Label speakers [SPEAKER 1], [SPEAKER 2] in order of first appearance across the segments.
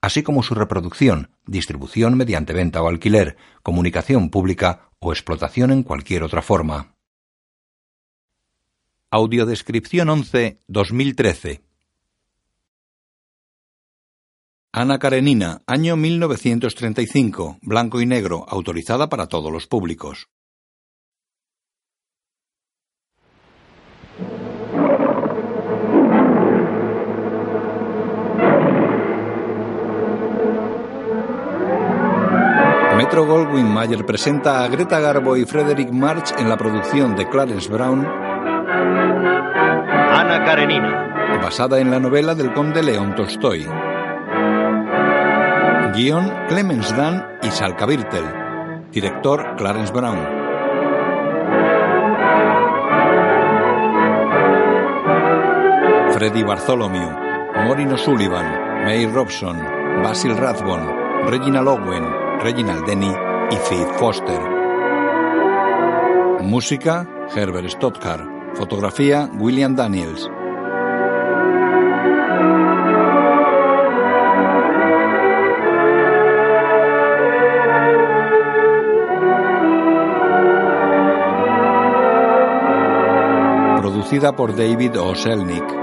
[SPEAKER 1] así como su reproducción, distribución mediante venta o alquiler, comunicación pública o explotación en cualquier otra forma. Audiodescripción 11 2013 Ana Karenina, año 1935, blanco y negro, autorizada para todos los públicos. Metro Goldwyn Mayer presenta a Greta Garbo y Frederick March en la producción de Clarence Brown,
[SPEAKER 2] Ana Karenina.
[SPEAKER 1] basada en la novela del conde León Tolstoy. Guión Clemens Dan y Salka Birtel. Director Clarence Brown. Freddy Bartholomew, Maureen O'Sullivan, May Robson, Basil Rathbone, Reginald Owen, Reginald Denny y Phil Foster. Música Herbert Stothard. Fotografía William Daniels. Producida por David O. Selnick.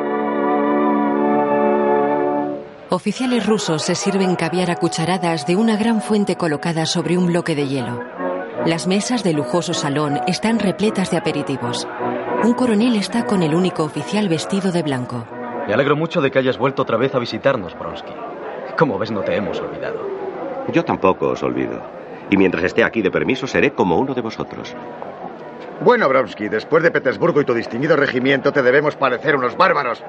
[SPEAKER 3] Oficiales rusos se sirven caviar a cucharadas de una gran fuente colocada sobre un bloque de hielo. Las mesas del lujoso salón están repletas de aperitivos. Un coronel está con el único oficial vestido de blanco.
[SPEAKER 2] Me alegro mucho de que hayas vuelto otra vez a visitarnos, Bronsky. Como ves, no te hemos olvidado.
[SPEAKER 4] Yo tampoco os olvido. Y mientras esté aquí de permiso, seré como uno de vosotros.
[SPEAKER 5] Bueno, Bromsky, después de Petersburgo y tu distinguido regimiento, te debemos parecer unos bárbaros.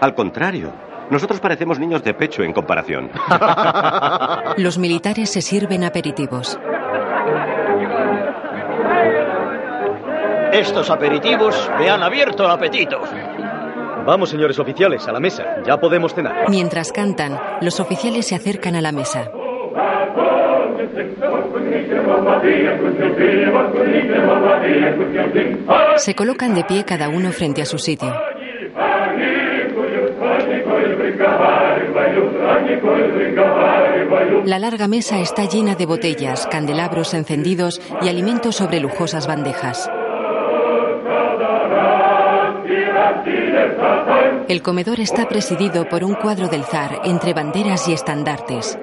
[SPEAKER 4] Al contrario, nosotros parecemos niños de pecho en comparación.
[SPEAKER 3] Los militares se sirven aperitivos.
[SPEAKER 6] Estos aperitivos me han abierto el apetito.
[SPEAKER 2] Vamos, señores oficiales, a la mesa. Ya podemos cenar.
[SPEAKER 3] Mientras cantan, los oficiales se acercan a la mesa. Se colocan de pie cada uno frente a su sitio. La larga mesa está llena de botellas, candelabros encendidos y alimentos sobre lujosas bandejas. El comedor está presidido por un cuadro del zar entre banderas y estandartes.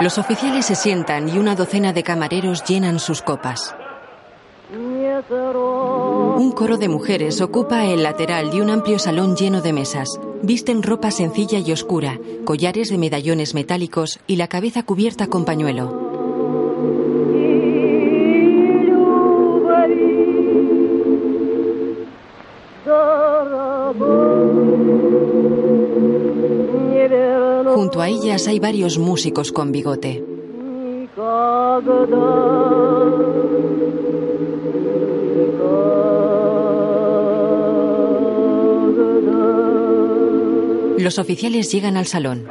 [SPEAKER 3] Los oficiales se sientan y una docena de camareros llenan sus copas. Un coro de mujeres ocupa el lateral de un amplio salón lleno de mesas. Visten ropa sencilla y oscura, collares de medallones metálicos y la cabeza cubierta con pañuelo. Junto a ellas hay varios músicos con bigote. Los oficiales llegan al salón.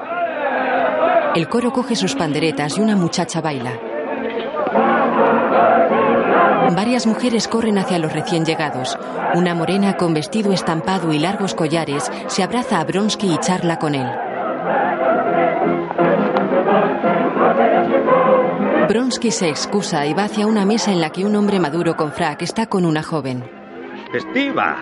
[SPEAKER 3] El coro coge sus panderetas y una muchacha baila. Varias mujeres corren hacia los recién llegados. Una morena con vestido estampado y largos collares se abraza a Bronsky y charla con él. Bronsky se excusa y va hacia una mesa en la que un hombre maduro con frac está con una joven.
[SPEAKER 4] ¡Estiva!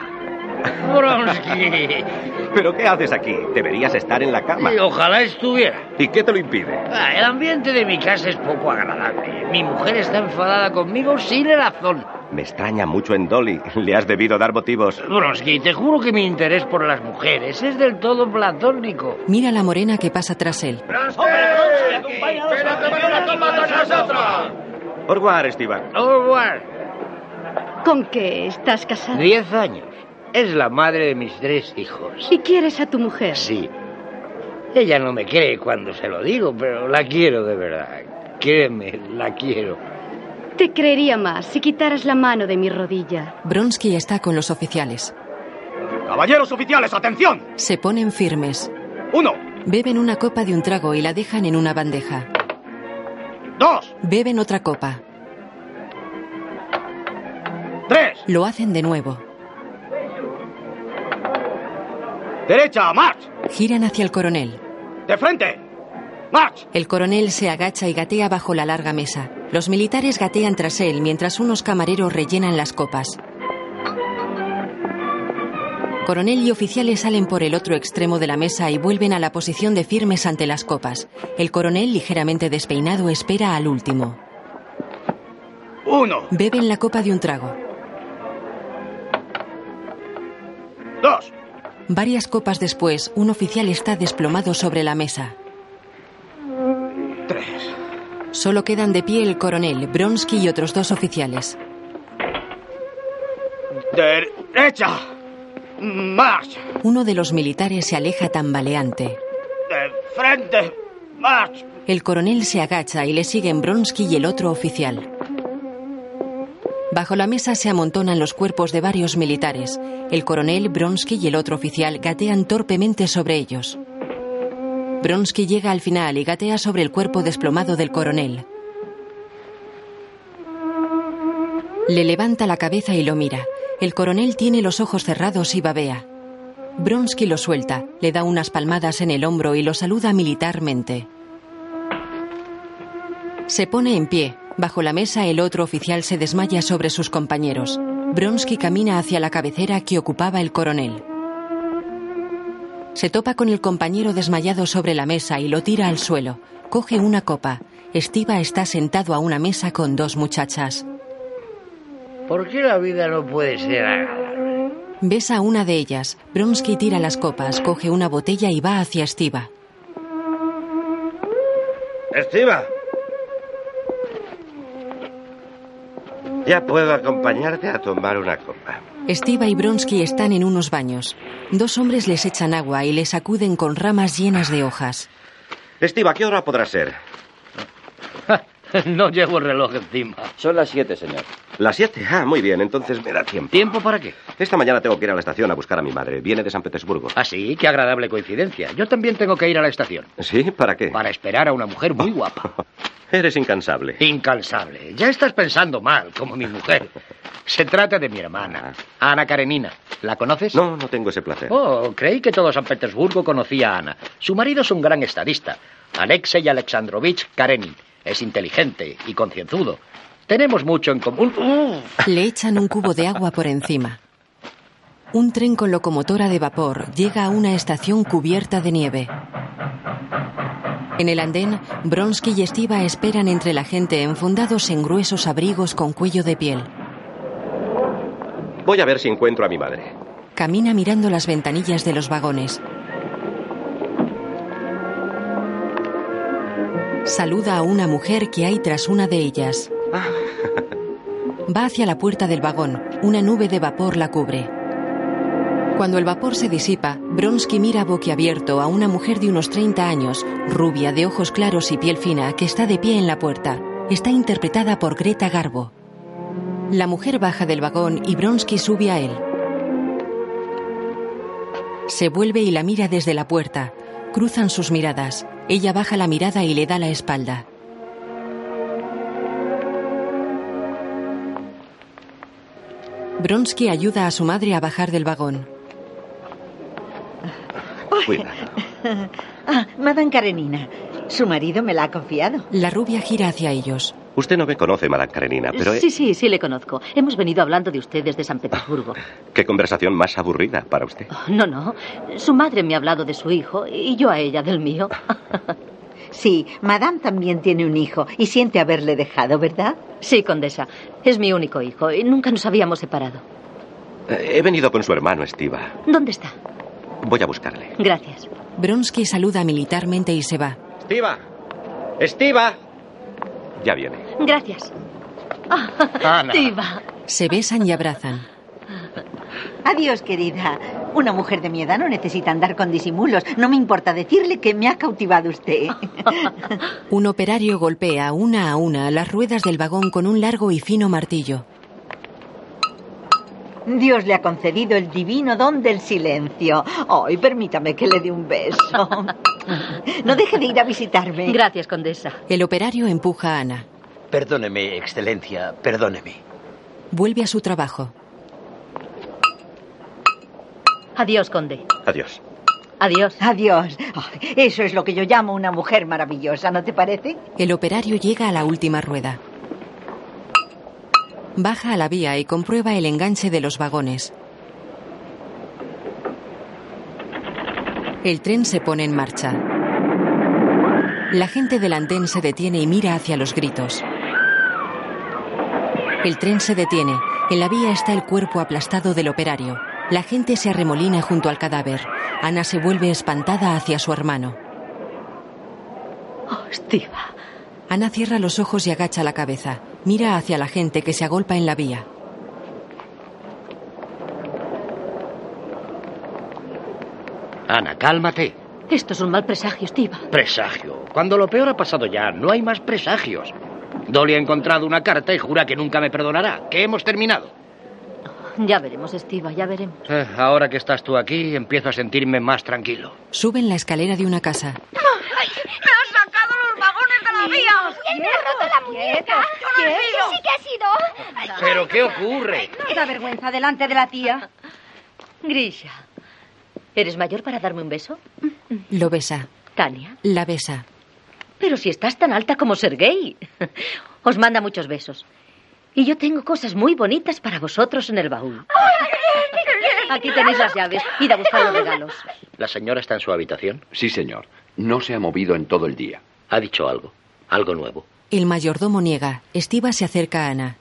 [SPEAKER 6] Bronsky.
[SPEAKER 4] ¿Pero qué haces aquí? Deberías estar en la cama.
[SPEAKER 6] Y ojalá estuviera.
[SPEAKER 4] ¿Y qué te lo impide?
[SPEAKER 6] Ah, el ambiente de mi casa es poco agradable. Mi mujer está enfadada conmigo sin razón.
[SPEAKER 4] Me extraña mucho en Dolly. Le has debido dar motivos.
[SPEAKER 6] Bronsky, te juro que mi interés por las mujeres es del todo platónico.
[SPEAKER 3] Mira a la morena que pasa tras él.
[SPEAKER 4] Por guar, Esteban.
[SPEAKER 6] Orwell,
[SPEAKER 7] ¿Con qué estás casado?
[SPEAKER 6] diez años. Es la madre de mis tres hijos.
[SPEAKER 7] ¿Y quieres a tu mujer?
[SPEAKER 6] Sí. Ella no me cree cuando se lo digo, pero la quiero de verdad. Créeme, la quiero.
[SPEAKER 7] Te creería más si quitaras la mano de mi rodilla.
[SPEAKER 3] Bronsky está con los oficiales.
[SPEAKER 2] Caballeros oficiales, atención.
[SPEAKER 3] Se ponen firmes.
[SPEAKER 2] Uno,
[SPEAKER 3] Beben una copa de un trago y la dejan en una bandeja.
[SPEAKER 2] dos,
[SPEAKER 3] Beben otra copa.
[SPEAKER 2] tres.
[SPEAKER 3] Lo hacen de nuevo.
[SPEAKER 2] Derecha, march.
[SPEAKER 3] Giran hacia el coronel.
[SPEAKER 2] De frente. March.
[SPEAKER 3] El coronel se agacha y gatea bajo la larga mesa. Los militares gatean tras él mientras unos camareros rellenan las copas. Coronel y oficiales salen por el otro extremo de la mesa y vuelven a la posición de firmes ante las copas. El coronel, ligeramente despeinado, espera al último.
[SPEAKER 2] Uno,
[SPEAKER 3] Beben la copa de un trago.
[SPEAKER 2] dos.
[SPEAKER 3] Varias copas después, un oficial está desplomado sobre la mesa. Solo quedan de pie el coronel, Bronsky y otros dos oficiales.
[SPEAKER 2] Derecha. March.
[SPEAKER 3] Uno de los militares se aleja tambaleante.
[SPEAKER 2] De frente. March.
[SPEAKER 3] El coronel se agacha y le siguen Bronsky y el otro oficial. Bajo la mesa se amontonan los cuerpos de varios militares. El coronel, Bronsky y el otro oficial gatean torpemente sobre ellos. Bronsky llega al final y gatea sobre el cuerpo desplomado del coronel. Le levanta la cabeza y lo mira. El coronel tiene los ojos cerrados y babea. Bronsky lo suelta, le da unas palmadas en el hombro y lo saluda militarmente. Se pone en pie. Bajo la mesa el otro oficial se desmaya sobre sus compañeros. Bronsky camina hacia la cabecera que ocupaba el coronel. Se topa con el compañero desmayado sobre la mesa y lo tira al suelo. Coge una copa. Estiva está sentado a una mesa con dos muchachas.
[SPEAKER 6] ¿Por qué la vida no puede ser agradable?
[SPEAKER 3] Besa a una de ellas. Bronsky tira las copas, coge una botella y va hacia Estiva.
[SPEAKER 4] Estiva. Ya puedo acompañarte a tomar una copa.
[SPEAKER 3] Estiva y Bronsky están en unos baños. Dos hombres les echan agua y les sacuden con ramas llenas de hojas.
[SPEAKER 4] Estiva, ¿qué hora podrá ser?
[SPEAKER 6] No llevo el reloj encima.
[SPEAKER 8] Son las siete, señor.
[SPEAKER 4] Las siete. Ah, muy bien, entonces me da tiempo.
[SPEAKER 6] ¿Tiempo para qué?
[SPEAKER 4] Esta mañana tengo que ir a la estación a buscar a mi madre. Viene de San Petersburgo.
[SPEAKER 6] Ah, sí, qué agradable coincidencia. Yo también tengo que ir a la estación
[SPEAKER 4] ¿Sí? ¿Para qué?
[SPEAKER 6] para esperar a una mujer muy guapa.
[SPEAKER 4] Eres incansable.
[SPEAKER 6] Incansable. Ya estás pensando mal, como mi mujer. Se trata de mi hermana, Ana Karenina. ¿La conoces?
[SPEAKER 4] Ah. No, no tengo ese placer.
[SPEAKER 6] Oh, creí que todo San Petersburgo conocía a Ana. Su marido es un gran estadista, Alexey Alexandrovich Karenin. Es inteligente y concienzudo. Tenemos mucho en común.
[SPEAKER 8] Uh,
[SPEAKER 6] ¡Uf!
[SPEAKER 3] Le echan un cubo de agua por encima. Un tren con locomotora de vapor llega a una estación cubierta de nieve. En el andén, Bronsky y Estiva esperan entre la gente enfundados en gruesos abrigos con cuello de piel.
[SPEAKER 4] Voy a ver si encuentro a mi madre.
[SPEAKER 3] Camina mirando las ventanillas de los vagones. Saluda a una mujer que hay tras una de ellas. Va hacia la puerta del vagón. Una nube de vapor la cubre. Cuando el vapor se disipa, Bronsky mira boquiabierto a una mujer de unos 30 años, rubia, de ojos claros y piel fina, que está de pie en la puerta. Está interpretada por Greta Garbo. La mujer baja del vagón y Bronsky sube a él. Se vuelve y la mira desde la puerta. Cruzan sus miradas. Ella baja la mirada y le da la espalda. Bronsky ayuda a su madre a bajar del vagón.
[SPEAKER 4] Cuidado.
[SPEAKER 9] Ah, Madame Karenina. Su marido me la ha confiado.
[SPEAKER 3] La rubia gira hacia ellos.
[SPEAKER 4] Usted no me conoce, Madame Karenina, pero... eh,
[SPEAKER 10] Sí, sí, sí, le conozco. Hemos venido hablando de usted desde San Petersburgo.
[SPEAKER 4] ¿Qué conversación más aburrida para usted?
[SPEAKER 10] No, no. Su madre me ha hablado de su hijo y yo a ella del mío.
[SPEAKER 9] Sí, Madame también tiene un hijo y siente haberle dejado, ¿verdad?
[SPEAKER 10] Sí, condesa. Es mi único hijo y nunca nos habíamos separado.
[SPEAKER 4] Eh, He venido con su hermano, Estiva.
[SPEAKER 10] ¿Dónde está?
[SPEAKER 4] Voy a buscarle.
[SPEAKER 10] Gracias.
[SPEAKER 3] Bronsky saluda militarmente y se va.
[SPEAKER 2] ¡Estiva! ¡Estiva!
[SPEAKER 4] Ya viene.
[SPEAKER 10] Gracias.
[SPEAKER 9] Ah,
[SPEAKER 6] Ana.
[SPEAKER 10] Diva.
[SPEAKER 3] Se besan y abrazan.
[SPEAKER 9] Adiós, querida. Una mujer de mi edad no necesita andar con disimulos. No me importa decirle que me ha cautivado usted.
[SPEAKER 3] Un operario golpea una a una las ruedas del vagón con un largo y fino martillo.
[SPEAKER 9] Dios le ha concedido el divino don del silencio. Hoy permítame que le dé un beso. No deje de ir a visitarme.
[SPEAKER 10] Gracias, condesa.
[SPEAKER 3] El operario empuja a Ana.
[SPEAKER 8] Perdóneme, Excelencia, perdóneme.
[SPEAKER 3] Vuelve a su trabajo.
[SPEAKER 10] Adiós, conde.
[SPEAKER 4] Adiós.
[SPEAKER 10] Adiós.
[SPEAKER 9] Adiós. Ay, Eso es lo que yo llamo una mujer maravillosa, ¿no te parece?
[SPEAKER 3] El operario llega a la última rueda. Baja a la vía y comprueba el enganche de los vagones. El tren se pone en marcha. La gente del andén se detiene y mira hacia los gritos. El tren se detiene. En la vía está el cuerpo aplastado del operario. La gente se arremolina junto al cadáver. Ana se vuelve espantada hacia su hermano.
[SPEAKER 10] Hostia.
[SPEAKER 3] Ana cierra los ojos y agacha la cabeza. Mira hacia la gente que se agolpa en la vía.
[SPEAKER 6] Ana, cálmate.
[SPEAKER 10] Esto es un mal presagio, Diva.
[SPEAKER 6] Presagio. Cuando lo peor ha pasado ya, no hay más presagios. Dolly ha encontrado una carta y jura que nunca me perdonará. Que hemos terminado.
[SPEAKER 10] Ya veremos, Estiva, ya veremos.
[SPEAKER 6] Eh, ahora que estás tú aquí, empiezo a sentirme más tranquilo.
[SPEAKER 3] Suben la escalera de una casa.
[SPEAKER 11] ¡Me han sacado los vagones de la vía!
[SPEAKER 9] ¿Quién te ha roto la muñeca?
[SPEAKER 11] ¡Eso sí que ha sido!
[SPEAKER 6] ¿Pero qué ocurre?
[SPEAKER 9] Nos da vergüenza delante de la tía.
[SPEAKER 10] Grisha, ¿eres mayor para darme un beso?
[SPEAKER 3] Lo besa.
[SPEAKER 10] Tania,
[SPEAKER 3] La besa.
[SPEAKER 10] pero si estás tan alta como Sergei. Os manda muchos besos. Y yo tengo cosas muy bonitas para vosotros en el baúl. Aquí tenéis las llaves. Id a buscar los regalos.
[SPEAKER 6] ¿La señora está en su habitación?
[SPEAKER 12] Sí, señor. No se ha movido en todo el día.
[SPEAKER 6] ¿Ha dicho algo? ¿Algo nuevo?
[SPEAKER 3] El mayordomo niega. Estiva se acerca a Ana.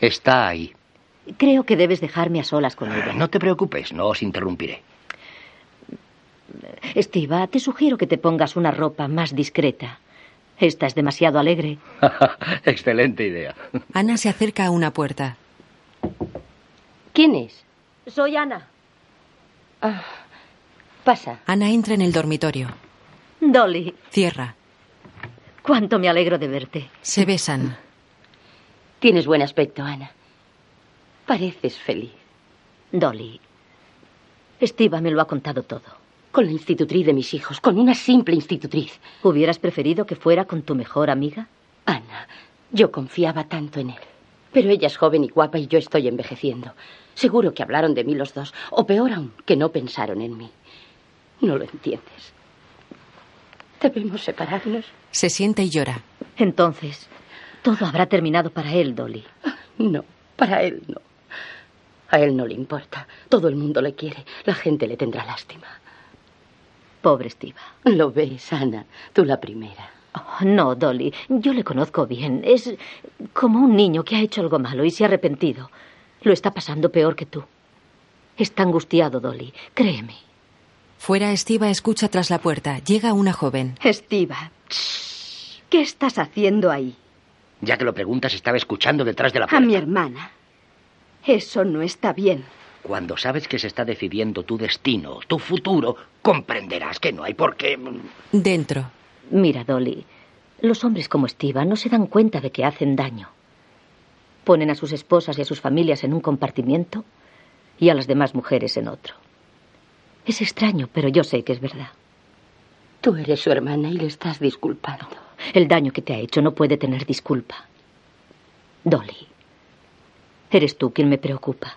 [SPEAKER 6] Está ahí.
[SPEAKER 10] Creo que debes dejarme a solas con ella.
[SPEAKER 6] No te preocupes, no os interrumpiré.
[SPEAKER 10] Estiva, te sugiero que te pongas una ropa más discreta. Esta es demasiado alegre.
[SPEAKER 6] Excelente idea.
[SPEAKER 3] Ana se acerca a una puerta.
[SPEAKER 10] ¿Quién es? Soy Ana. pasa.
[SPEAKER 3] Ana entra en el dormitorio.
[SPEAKER 10] Dolly,
[SPEAKER 3] Cierra.
[SPEAKER 10] cuánto me alegro de verte.
[SPEAKER 3] Se besan.
[SPEAKER 10] Tienes buen aspecto, Ana. Pareces feliz. Dolly, Estiva me lo ha contado todo.
[SPEAKER 11] Con la institutriz de mis hijos, con una simple institutriz.
[SPEAKER 10] ¿Hubieras preferido que fuera con tu mejor amiga?
[SPEAKER 11] Ana, yo confiaba tanto en él. Pero ella es joven y guapa y yo estoy envejeciendo. Seguro que hablaron de mí los dos, o peor aún, que no pensaron en mí. No lo entiendes. Debemos separarnos.
[SPEAKER 3] Se sienta y llora.
[SPEAKER 10] Entonces, todo habrá terminado para él, Dolly.
[SPEAKER 11] No, para él no. A él no le importa. Todo el mundo le quiere. La gente le tendrá lástima.
[SPEAKER 10] Pobre Estiva.
[SPEAKER 11] Lo ves, Ana. Tú la primera.
[SPEAKER 10] Oh, no, Dolly, yo le conozco bien. Es como un niño que ha hecho algo malo y se ha arrepentido. Lo está pasando peor que tú. Está angustiado, Dolly, créeme.
[SPEAKER 3] Fuera Estiva escucha tras la puerta. Llega una joven.
[SPEAKER 9] Estiva, ¿qué estás haciendo ahí?
[SPEAKER 6] Ya que lo preguntas, estaba escuchando detrás de la
[SPEAKER 9] A
[SPEAKER 6] puerta.
[SPEAKER 9] mi hermana. Eso no está bien.
[SPEAKER 6] Cuando sabes que se está decidiendo tu destino, tu futuro, comprenderás que no hay por qué.
[SPEAKER 3] Dentro.
[SPEAKER 10] Mira, Dolly, los hombres como Estiva no se dan cuenta de que hacen daño. Ponen a sus esposas y a sus familias en un compartimiento y a las demás mujeres en otro. Es extraño, pero yo sé que es verdad.
[SPEAKER 11] Tú eres su hermana y le estás disculpando.
[SPEAKER 10] El daño que te ha hecho no puede tener disculpa. Dolly, eres tú quien me preocupa.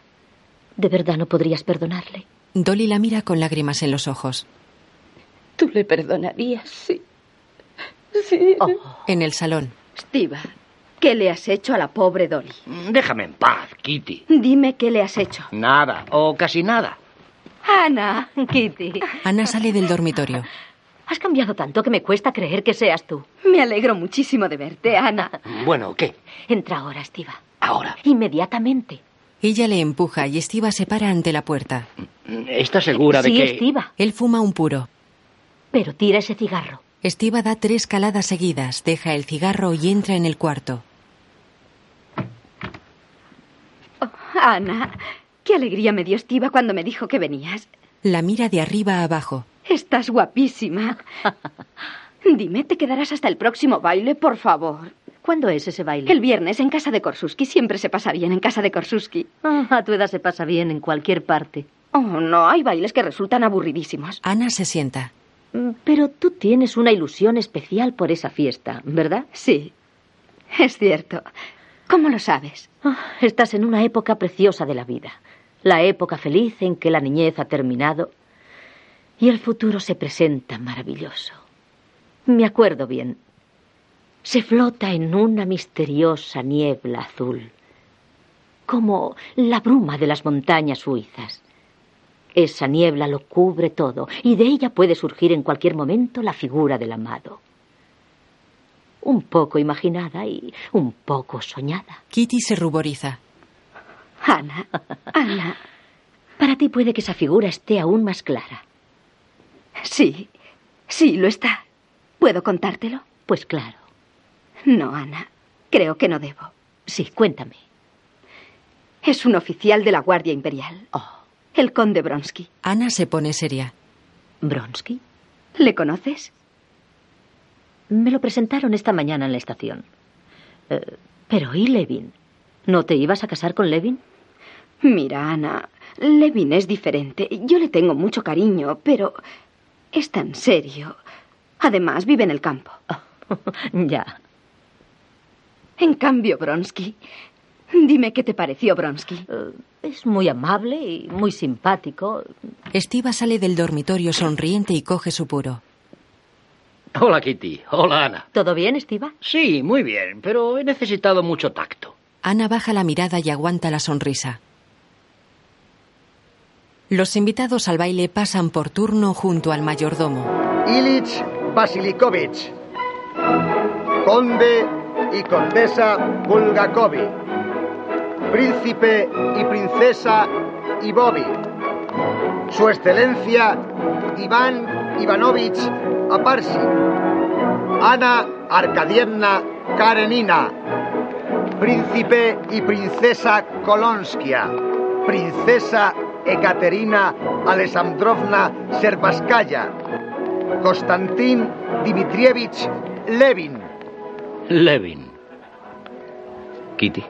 [SPEAKER 10] ¿De verdad no podrías perdonarle?
[SPEAKER 3] Dolly la mira con lágrimas en los ojos.
[SPEAKER 11] Tú le perdonarías, sí. Sí.
[SPEAKER 10] Oh.
[SPEAKER 3] En el salón.
[SPEAKER 9] Estiva, ¿qué le has hecho a la pobre Dolly?
[SPEAKER 6] Déjame en paz, Kitty.
[SPEAKER 9] Dime qué le has hecho.
[SPEAKER 6] Nada, o casi nada.
[SPEAKER 9] Ana, Kitty.
[SPEAKER 3] Ana sale del dormitorio.
[SPEAKER 10] Has cambiado tanto que me cuesta creer que seas tú.
[SPEAKER 7] Me alegro muchísimo de verte, Ana.
[SPEAKER 8] Bueno, ¿qué?
[SPEAKER 10] Entra ahora, Estiva.
[SPEAKER 8] Ahora.
[SPEAKER 10] Inmediatamente.
[SPEAKER 3] Ella le empuja y Estiva se para ante la puerta.
[SPEAKER 6] ¿Está segura de
[SPEAKER 10] sí,
[SPEAKER 6] que...?
[SPEAKER 10] Estiva.
[SPEAKER 3] Él fuma un puro.
[SPEAKER 10] Pero tira ese cigarro.
[SPEAKER 3] Estiva da tres caladas seguidas, deja el cigarro y entra en el cuarto.
[SPEAKER 7] Ana, qué alegría me dio Estiva cuando me dijo que venías.
[SPEAKER 3] La mira de arriba a abajo.
[SPEAKER 7] Estás guapísima. Dime, ¿te quedarás hasta el próximo baile, por favor?
[SPEAKER 10] ¿Cuándo es ese baile?
[SPEAKER 7] El viernes en casa de Korsuski. Siempre se pasa bien en casa de Korsuski.
[SPEAKER 10] Ah, a tu edad se pasa bien en cualquier parte.
[SPEAKER 7] Oh, no, hay bailes que resultan aburridísimos.
[SPEAKER 3] Ana se sienta.
[SPEAKER 10] Mm, Pero tú tienes una ilusión especial por esa fiesta, ¿verdad?
[SPEAKER 7] Sí, es cierto. ¿Cómo lo sabes?
[SPEAKER 10] Ah, estás en una época preciosa de la vida. La época feliz en que la niñez ha terminado y el futuro se presenta maravilloso. Me acuerdo bien. Se flota en una misteriosa niebla azul, como la bruma de las montañas suizas. Esa niebla lo cubre todo y de ella puede surgir en cualquier momento la figura del amado. Un poco imaginada y un poco soñada.
[SPEAKER 3] Kitty se ruboriza.
[SPEAKER 7] Ana, Ana.
[SPEAKER 10] Para ti puede que esa figura esté aún más clara.
[SPEAKER 7] Sí, sí, lo está. ¿Puedo contártelo?
[SPEAKER 10] Pues claro.
[SPEAKER 7] No, Ana. Creo que no debo.
[SPEAKER 10] Sí, cuéntame.
[SPEAKER 7] Es un oficial de la Guardia Imperial.
[SPEAKER 10] Oh.
[SPEAKER 7] El conde Bronsky.
[SPEAKER 3] Ana se pone seria.
[SPEAKER 10] ¿Bronsky?
[SPEAKER 7] ¿Le conoces?
[SPEAKER 10] Me lo presentaron esta mañana en la estación. Eh, pero ¿y Levin? ¿No te ibas a casar con Levin?
[SPEAKER 7] Mira, Ana, Levin es diferente. Yo le tengo mucho cariño, pero es tan serio. Además, vive en el campo.
[SPEAKER 10] Oh, ya.
[SPEAKER 7] En cambio, Bronsky. Dime qué te pareció, Bronsky.
[SPEAKER 10] Eh, es muy amable y muy simpático.
[SPEAKER 3] Estiva sale del dormitorio sonriente y coge su puro.
[SPEAKER 6] Hola, Kitty. Hola, Ana.
[SPEAKER 10] ¿Todo bien, Estiva?
[SPEAKER 6] Sí, muy bien, pero he necesitado mucho tacto.
[SPEAKER 3] Ana baja la mirada y aguanta la sonrisa. Los invitados al baile pasan por turno junto al mayordomo.
[SPEAKER 5] Ilich Basilikovich, conde y condesa Bulgakovi, príncipe y princesa Ibovi, su excelencia Iván Ivanovich Aparsi, Ana Arkadievna Karenina, príncipe y princesa Kolonskia, princesa Ekaterina Alessandrovna Serbaskaya. Konstantin Dmitrievich Levin.
[SPEAKER 6] Levin. Kitty.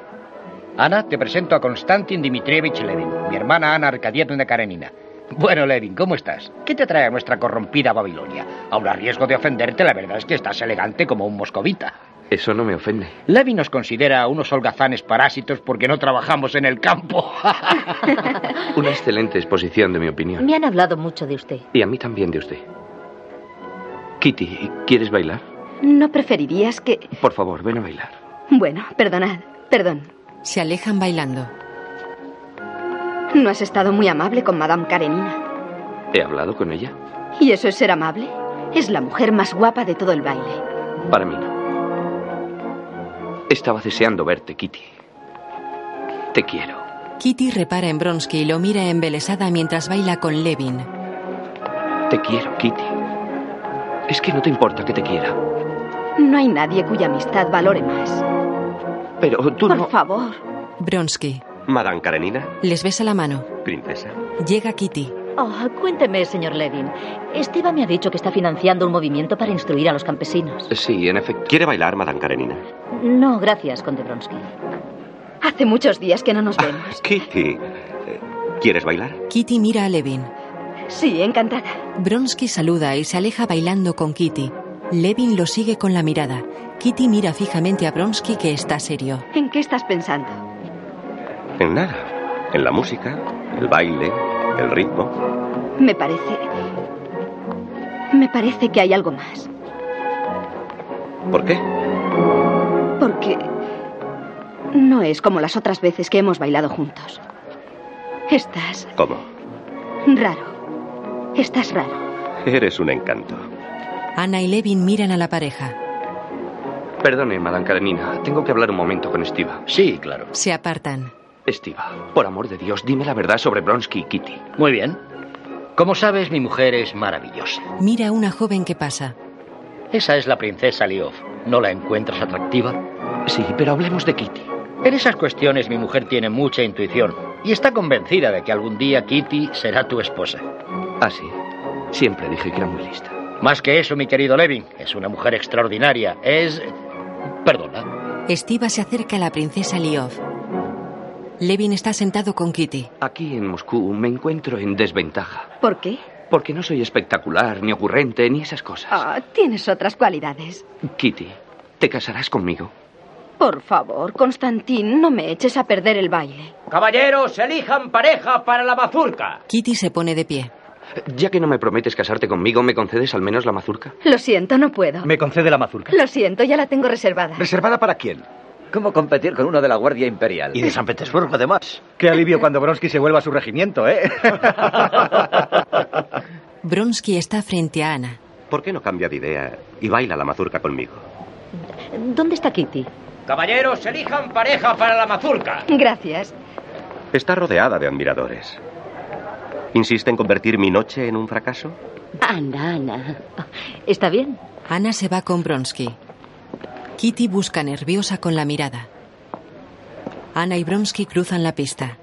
[SPEAKER 6] Ana, te presento a Konstantin Dmitrievich Levin, mi hermana Ana Arkadievna Karenina. Bueno, Levin, ¿cómo estás? ¿Qué te trae a nuestra corrompida Babilonia? Aun a riesgo de ofenderte, la verdad es que estás elegante como un moscovita.
[SPEAKER 12] Eso no me ofende.
[SPEAKER 6] Levin nos considera unos holgazanes parásitos porque no trabajamos en el campo.
[SPEAKER 12] Una excelente exposición de mi opinión.
[SPEAKER 10] Me han hablado mucho de usted.
[SPEAKER 12] Y a mí también de usted. Kitty, ¿quieres bailar?
[SPEAKER 7] ¿No preferirías que...
[SPEAKER 12] Por favor, ven a bailar.
[SPEAKER 7] Bueno, perdonad, perdón.
[SPEAKER 3] Se alejan bailando.
[SPEAKER 7] No has estado muy amable con Madame Karenina.
[SPEAKER 12] ¿He hablado con ella?
[SPEAKER 7] ¿Y eso es ser amable? Es la mujer más guapa de todo el baile.
[SPEAKER 12] Para mí no. Estaba deseando verte, Kitty. Te quiero.
[SPEAKER 3] Kitty repara en Bronsky y lo mira embelesada mientras baila con Levin.
[SPEAKER 12] Te quiero, Kitty. Es que no te importa que te quiera.
[SPEAKER 7] No hay nadie cuya amistad valore más.
[SPEAKER 12] Pero tú
[SPEAKER 7] Por
[SPEAKER 12] no.
[SPEAKER 7] favor.
[SPEAKER 3] Bronsky
[SPEAKER 4] Madame Karenina,
[SPEAKER 3] les besa la mano.
[SPEAKER 4] princesa.
[SPEAKER 3] Llega Kitty.
[SPEAKER 10] Oh, cuénteme, señor Levin. Esteva me ha dicho que está financiando un movimiento para instruir a los campesinos.
[SPEAKER 12] Sí, en efecto.
[SPEAKER 4] ¿Quiere bailar, Madame Karenina?
[SPEAKER 10] No, gracias, conde Bronsky.
[SPEAKER 7] Hace muchos días que no nos vemos.
[SPEAKER 4] Kitty, eh, ¿quieres bailar?
[SPEAKER 3] Kitty mira a Levin.
[SPEAKER 7] Sí, encantada.
[SPEAKER 3] Bronsky saluda y se aleja bailando con Kitty. Levin lo sigue con la mirada. Kitty mira fijamente a Bronsky que está serio.
[SPEAKER 7] ¿En qué estás pensando?
[SPEAKER 4] En nada. En la música, el baile, el ritmo.
[SPEAKER 7] Me parece... Me parece que hay algo más.
[SPEAKER 4] ¿Por qué?
[SPEAKER 7] Porque... No es como las otras veces que hemos bailado juntos. Estás
[SPEAKER 4] ¿Cómo?
[SPEAKER 7] raro. Estás raro.
[SPEAKER 4] Eres un encanto.
[SPEAKER 3] Ana y Levin miran a la pareja.
[SPEAKER 12] Perdone, Madame Karenina, tengo que hablar un momento con Estiva. Sí, claro.
[SPEAKER 3] Se apartan.
[SPEAKER 12] Estiva, por amor de Dios, dime la verdad sobre Bronsky y Kitty.
[SPEAKER 6] Muy bien. Como sabes, mi mujer es maravillosa.
[SPEAKER 3] Mira a una joven que pasa.
[SPEAKER 6] Esa es la princesa Lioff. ¿No la encuentras atractiva? Sí, pero hablemos de Kitty. En esas cuestiones mi mujer tiene mucha intuición y está convencida de que algún día Kitty será tu esposa. Ah, sí. Siempre dije que era muy lista. Más que eso, mi querido Levin, es una mujer extraordinaria. Es... Perdona.
[SPEAKER 3] Estiva se acerca a la princesa Liov. Levin está sentado con Kitty.
[SPEAKER 12] Aquí en Moscú me encuentro en desventaja,
[SPEAKER 7] ¿Por qué?
[SPEAKER 12] porque no soy espectacular, ni ocurrente, ni esas cosas.
[SPEAKER 7] Ah, tienes otras cualidades.
[SPEAKER 12] Kitty, ¿te casarás conmigo?
[SPEAKER 7] Por favor, Constantín, no me eches a perder el baile.
[SPEAKER 13] Caballeros, elijan pareja para la mazurca.
[SPEAKER 3] Kitty se pone de pie.
[SPEAKER 12] Ya que no me prometes casarte conmigo, ¿me concedes al menos la mazurca?
[SPEAKER 7] Lo siento, no puedo.
[SPEAKER 12] Me concede la mazurca.
[SPEAKER 7] Lo siento, ya la tengo reservada.
[SPEAKER 12] ¿Reservada para quién?
[SPEAKER 13] ¿Cómo competir con uno de la Guardia Imperial? Y de San Petersburgo, además.
[SPEAKER 14] Qué alivio cuando Bronsky se vuelva a su regimiento, ¿eh?
[SPEAKER 3] Bronsky está frente a Ana.
[SPEAKER 4] ¿Por qué no cambia de idea y baila la mazurca conmigo?
[SPEAKER 10] ¿Dónde está Kitty?
[SPEAKER 13] Caballeros, elijan pareja para la mazurca.
[SPEAKER 7] Gracias.
[SPEAKER 4] Está rodeada de admiradores. ¿Insiste en convertir mi noche en un fracaso?
[SPEAKER 10] Ana, Ana. ¿Está bien?
[SPEAKER 3] Ana se va con Bronsky. Kitty busca nerviosa con la mirada. Ana y Bronsky cruzan la pista.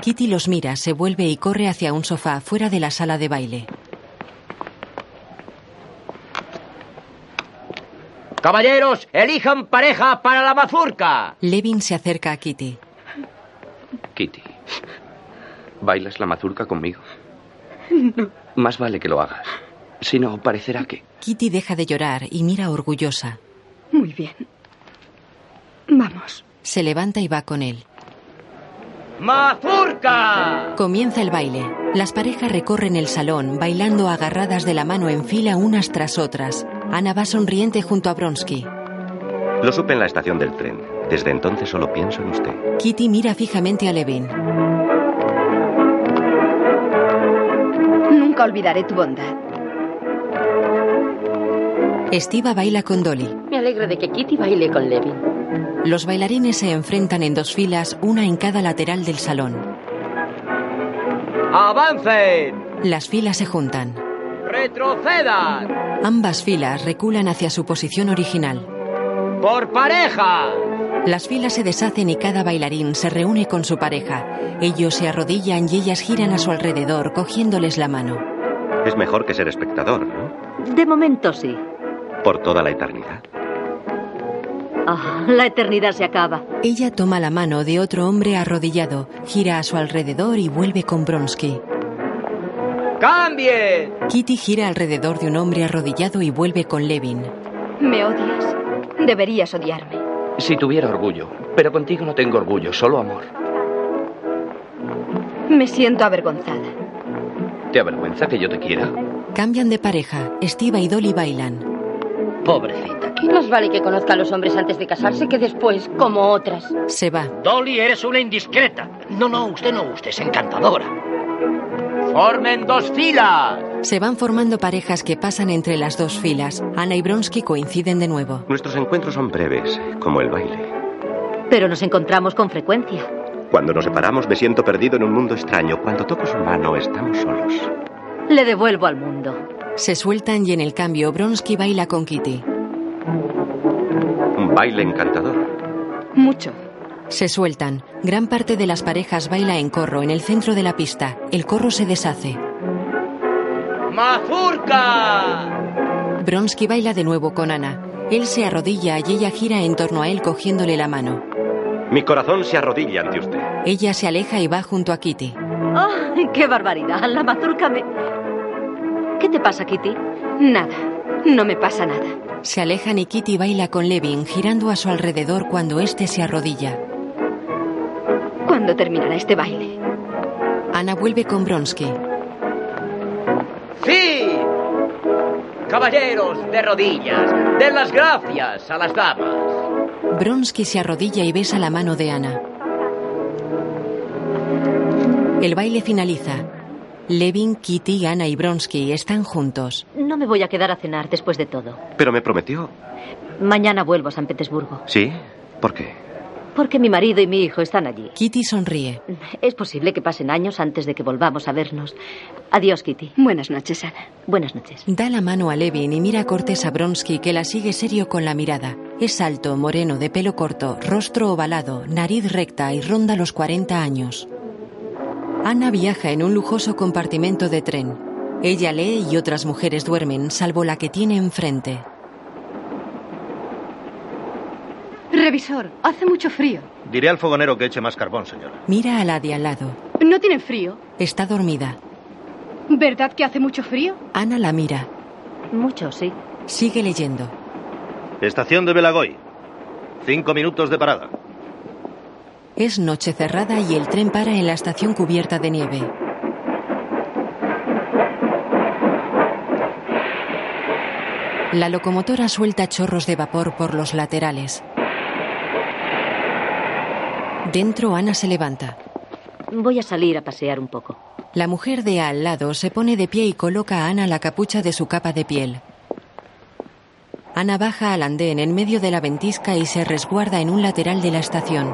[SPEAKER 3] Kitty los mira, se vuelve y corre hacia un sofá fuera de la sala de baile.
[SPEAKER 13] Caballeros, elijan pareja para la mazurca.
[SPEAKER 3] Levin se acerca a Kitty.
[SPEAKER 12] Kitty, ¿bailas la mazurca conmigo?
[SPEAKER 3] No.
[SPEAKER 12] Más vale que lo hagas. Si no, parecerá que...
[SPEAKER 3] Kitty deja de llorar y mira orgullosa.
[SPEAKER 7] Muy bien. Vamos.
[SPEAKER 3] Se levanta y va con él.
[SPEAKER 13] ¡Mazurca!
[SPEAKER 3] Comienza el baile. Las parejas recorren el salón, bailando agarradas de la mano en fila unas tras otras. Ana va sonriente junto a Bronsky.
[SPEAKER 4] Lo supe en la estación del tren. Desde entonces solo pienso en usted.
[SPEAKER 3] Kitty mira fijamente a Levin.
[SPEAKER 7] Nunca olvidaré tu bondad.
[SPEAKER 3] Estiva baila con Dolly.
[SPEAKER 11] Me alegro de que Kitty baile con Levin.
[SPEAKER 3] Los bailarines se enfrentan en dos filas, una en cada lateral del salón.
[SPEAKER 13] ¡Avancen!
[SPEAKER 3] Las filas se juntan.
[SPEAKER 13] ¡Retrocedan!
[SPEAKER 3] Ambas filas reculan hacia su posición original.
[SPEAKER 13] ¡Por pareja!
[SPEAKER 3] Las filas se deshacen y cada bailarín se reúne con su pareja. Ellos se arrodillan y ellas giran a su alrededor, cogiéndoles la mano.
[SPEAKER 4] Es mejor que ser espectador, ¿no?
[SPEAKER 10] De momento sí.
[SPEAKER 4] Por toda la eternidad.
[SPEAKER 10] Ah, la eternidad se acaba.
[SPEAKER 3] Ella toma la mano de otro hombre arrodillado, gira a su alrededor y vuelve con Bronsky.
[SPEAKER 13] ¡Cambien!
[SPEAKER 3] Kitty gira alrededor de un hombre arrodillado y vuelve con Levin.
[SPEAKER 7] Me odias. Deberías odiarme.
[SPEAKER 12] Si tuviera orgullo, pero contigo no tengo orgullo, solo amor.
[SPEAKER 7] Me siento avergonzada.
[SPEAKER 12] ¿Te avergüenza que yo te quiera?
[SPEAKER 3] Cambian de pareja. Estiva y Dolly bailan.
[SPEAKER 11] Pobrecita. Más vale que conozca a los hombres antes de casarse que después, como otras.
[SPEAKER 3] Se va.
[SPEAKER 6] Dolly, eres una indiscreta. No, no, usted no, usted es encantadora.
[SPEAKER 13] ¡Formen dos filas!
[SPEAKER 3] Se van formando parejas que pasan entre las dos filas. Ana y Bronsky coinciden de nuevo.
[SPEAKER 4] Nuestros encuentros son breves, como el baile.
[SPEAKER 10] Pero nos encontramos con frecuencia.
[SPEAKER 4] Cuando nos separamos me siento perdido en un mundo extraño. Cuando toco su mano estamos solos.
[SPEAKER 10] Le devuelvo al mundo.
[SPEAKER 3] Se sueltan y en el cambio Bronsky baila con Kitty.
[SPEAKER 4] Un baile encantador.
[SPEAKER 7] Mucho.
[SPEAKER 3] Se sueltan. Gran parte de las parejas baila en corro en el centro de la pista. El corro se deshace.
[SPEAKER 13] ¡Mazurca!
[SPEAKER 3] Bronsky baila de nuevo con Ana. Él se arrodilla y ella gira en torno a él cogiéndole la mano.
[SPEAKER 4] Mi corazón se arrodilla ante usted.
[SPEAKER 3] Ella se aleja y va junto a Kitty.
[SPEAKER 10] ¡Ah, ¡Qué barbaridad! La mazurca me... ¿Qué te pasa, Kitty?
[SPEAKER 7] Nada. No me pasa nada.
[SPEAKER 3] Se alejan y Kitty baila con Levin girando a su alrededor cuando éste se arrodilla.
[SPEAKER 7] ¿Cuándo terminará este baile?
[SPEAKER 3] Ana vuelve con Bronsky.
[SPEAKER 13] ¡Sí! Caballeros, de rodillas, den las gracias a las damas.
[SPEAKER 3] Bronsky se arrodilla y besa la mano de Ana. El baile finaliza. Levin, Kitty, Anna y Bronsky están juntos.
[SPEAKER 10] No me voy a quedar a cenar después de todo.
[SPEAKER 4] Pero me prometió.
[SPEAKER 10] Mañana vuelvo a San Petersburgo,
[SPEAKER 4] ¿Sí? ¿Por qué?
[SPEAKER 10] porque mi marido y mi hijo están allí.
[SPEAKER 3] Kitty sonríe.
[SPEAKER 10] Es posible que pasen años antes de que volvamos a vernos. Adiós, Kitty.
[SPEAKER 7] Buenas noches, Ana.
[SPEAKER 10] Buenas noches.
[SPEAKER 3] Da la mano a Levin y mira a Cortés a Bronsky que la sigue serio con la mirada. Es alto, moreno, de pelo corto, rostro ovalado, nariz recta y ronda los 40 años. Ana viaja en un lujoso compartimento de tren. Ella lee y otras mujeres duermen, salvo la que tiene enfrente.
[SPEAKER 15] Revisor, hace mucho frío.
[SPEAKER 16] Diré al fogonero que eche más carbón, señora.
[SPEAKER 3] Mira a la de al lado.
[SPEAKER 15] ¿No tienen frío?
[SPEAKER 3] Está dormida.
[SPEAKER 15] ¿Verdad que hace mucho frío?
[SPEAKER 3] Ana la mira.
[SPEAKER 10] Mucho, sí.
[SPEAKER 3] Sigue leyendo.
[SPEAKER 16] Estación de Belagoy. Cinco minutos de parada.
[SPEAKER 3] Es noche cerrada y el tren para en la estación cubierta de nieve. La locomotora suelta chorros de vapor por los laterales. Dentro Ana se levanta.
[SPEAKER 10] Voy a salir a pasear un poco.
[SPEAKER 3] La mujer de al lado se pone de pie y coloca a Ana la capucha de su capa de piel. Ana baja al andén en medio de la ventisca y se resguarda en un lateral de la estación.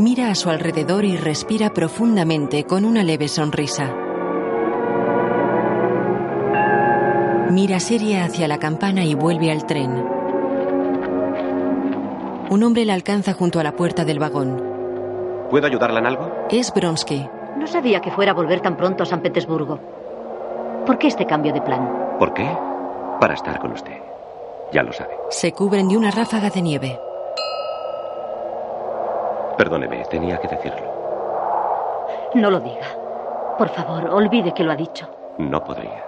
[SPEAKER 3] Mira a su alrededor y respira profundamente con una leve sonrisa. Mira seria hacia la campana y vuelve al tren. Un hombre la alcanza junto a la puerta del vagón.
[SPEAKER 4] ¿Puedo ayudarla en algo?
[SPEAKER 3] Es Bronsky.
[SPEAKER 10] No sabía que fuera a volver tan pronto a San Petersburgo. ¿Por qué este cambio de plan?
[SPEAKER 4] ¿Por qué? Para estar con usted. Ya lo sabe.
[SPEAKER 3] Se cubren de una ráfaga de nieve.
[SPEAKER 4] Perdóneme, tenía que decirlo.
[SPEAKER 10] No lo diga. Por favor, olvide que lo ha dicho.
[SPEAKER 4] No podría.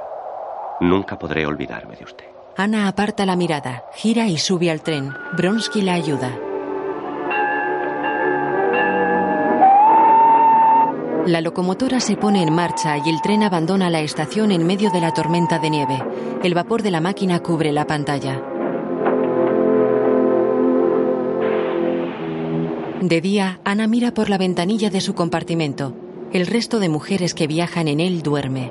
[SPEAKER 4] Nunca podré olvidarme de usted.
[SPEAKER 3] Ana aparta la mirada, gira y sube al tren. Bronsky la ayuda. La locomotora se pone en marcha y el tren abandona la estación en medio de la tormenta de nieve. El vapor de la máquina cubre la pantalla. De día, Ana mira por la ventanilla de su compartimento. El resto de mujeres que viajan en él duerme.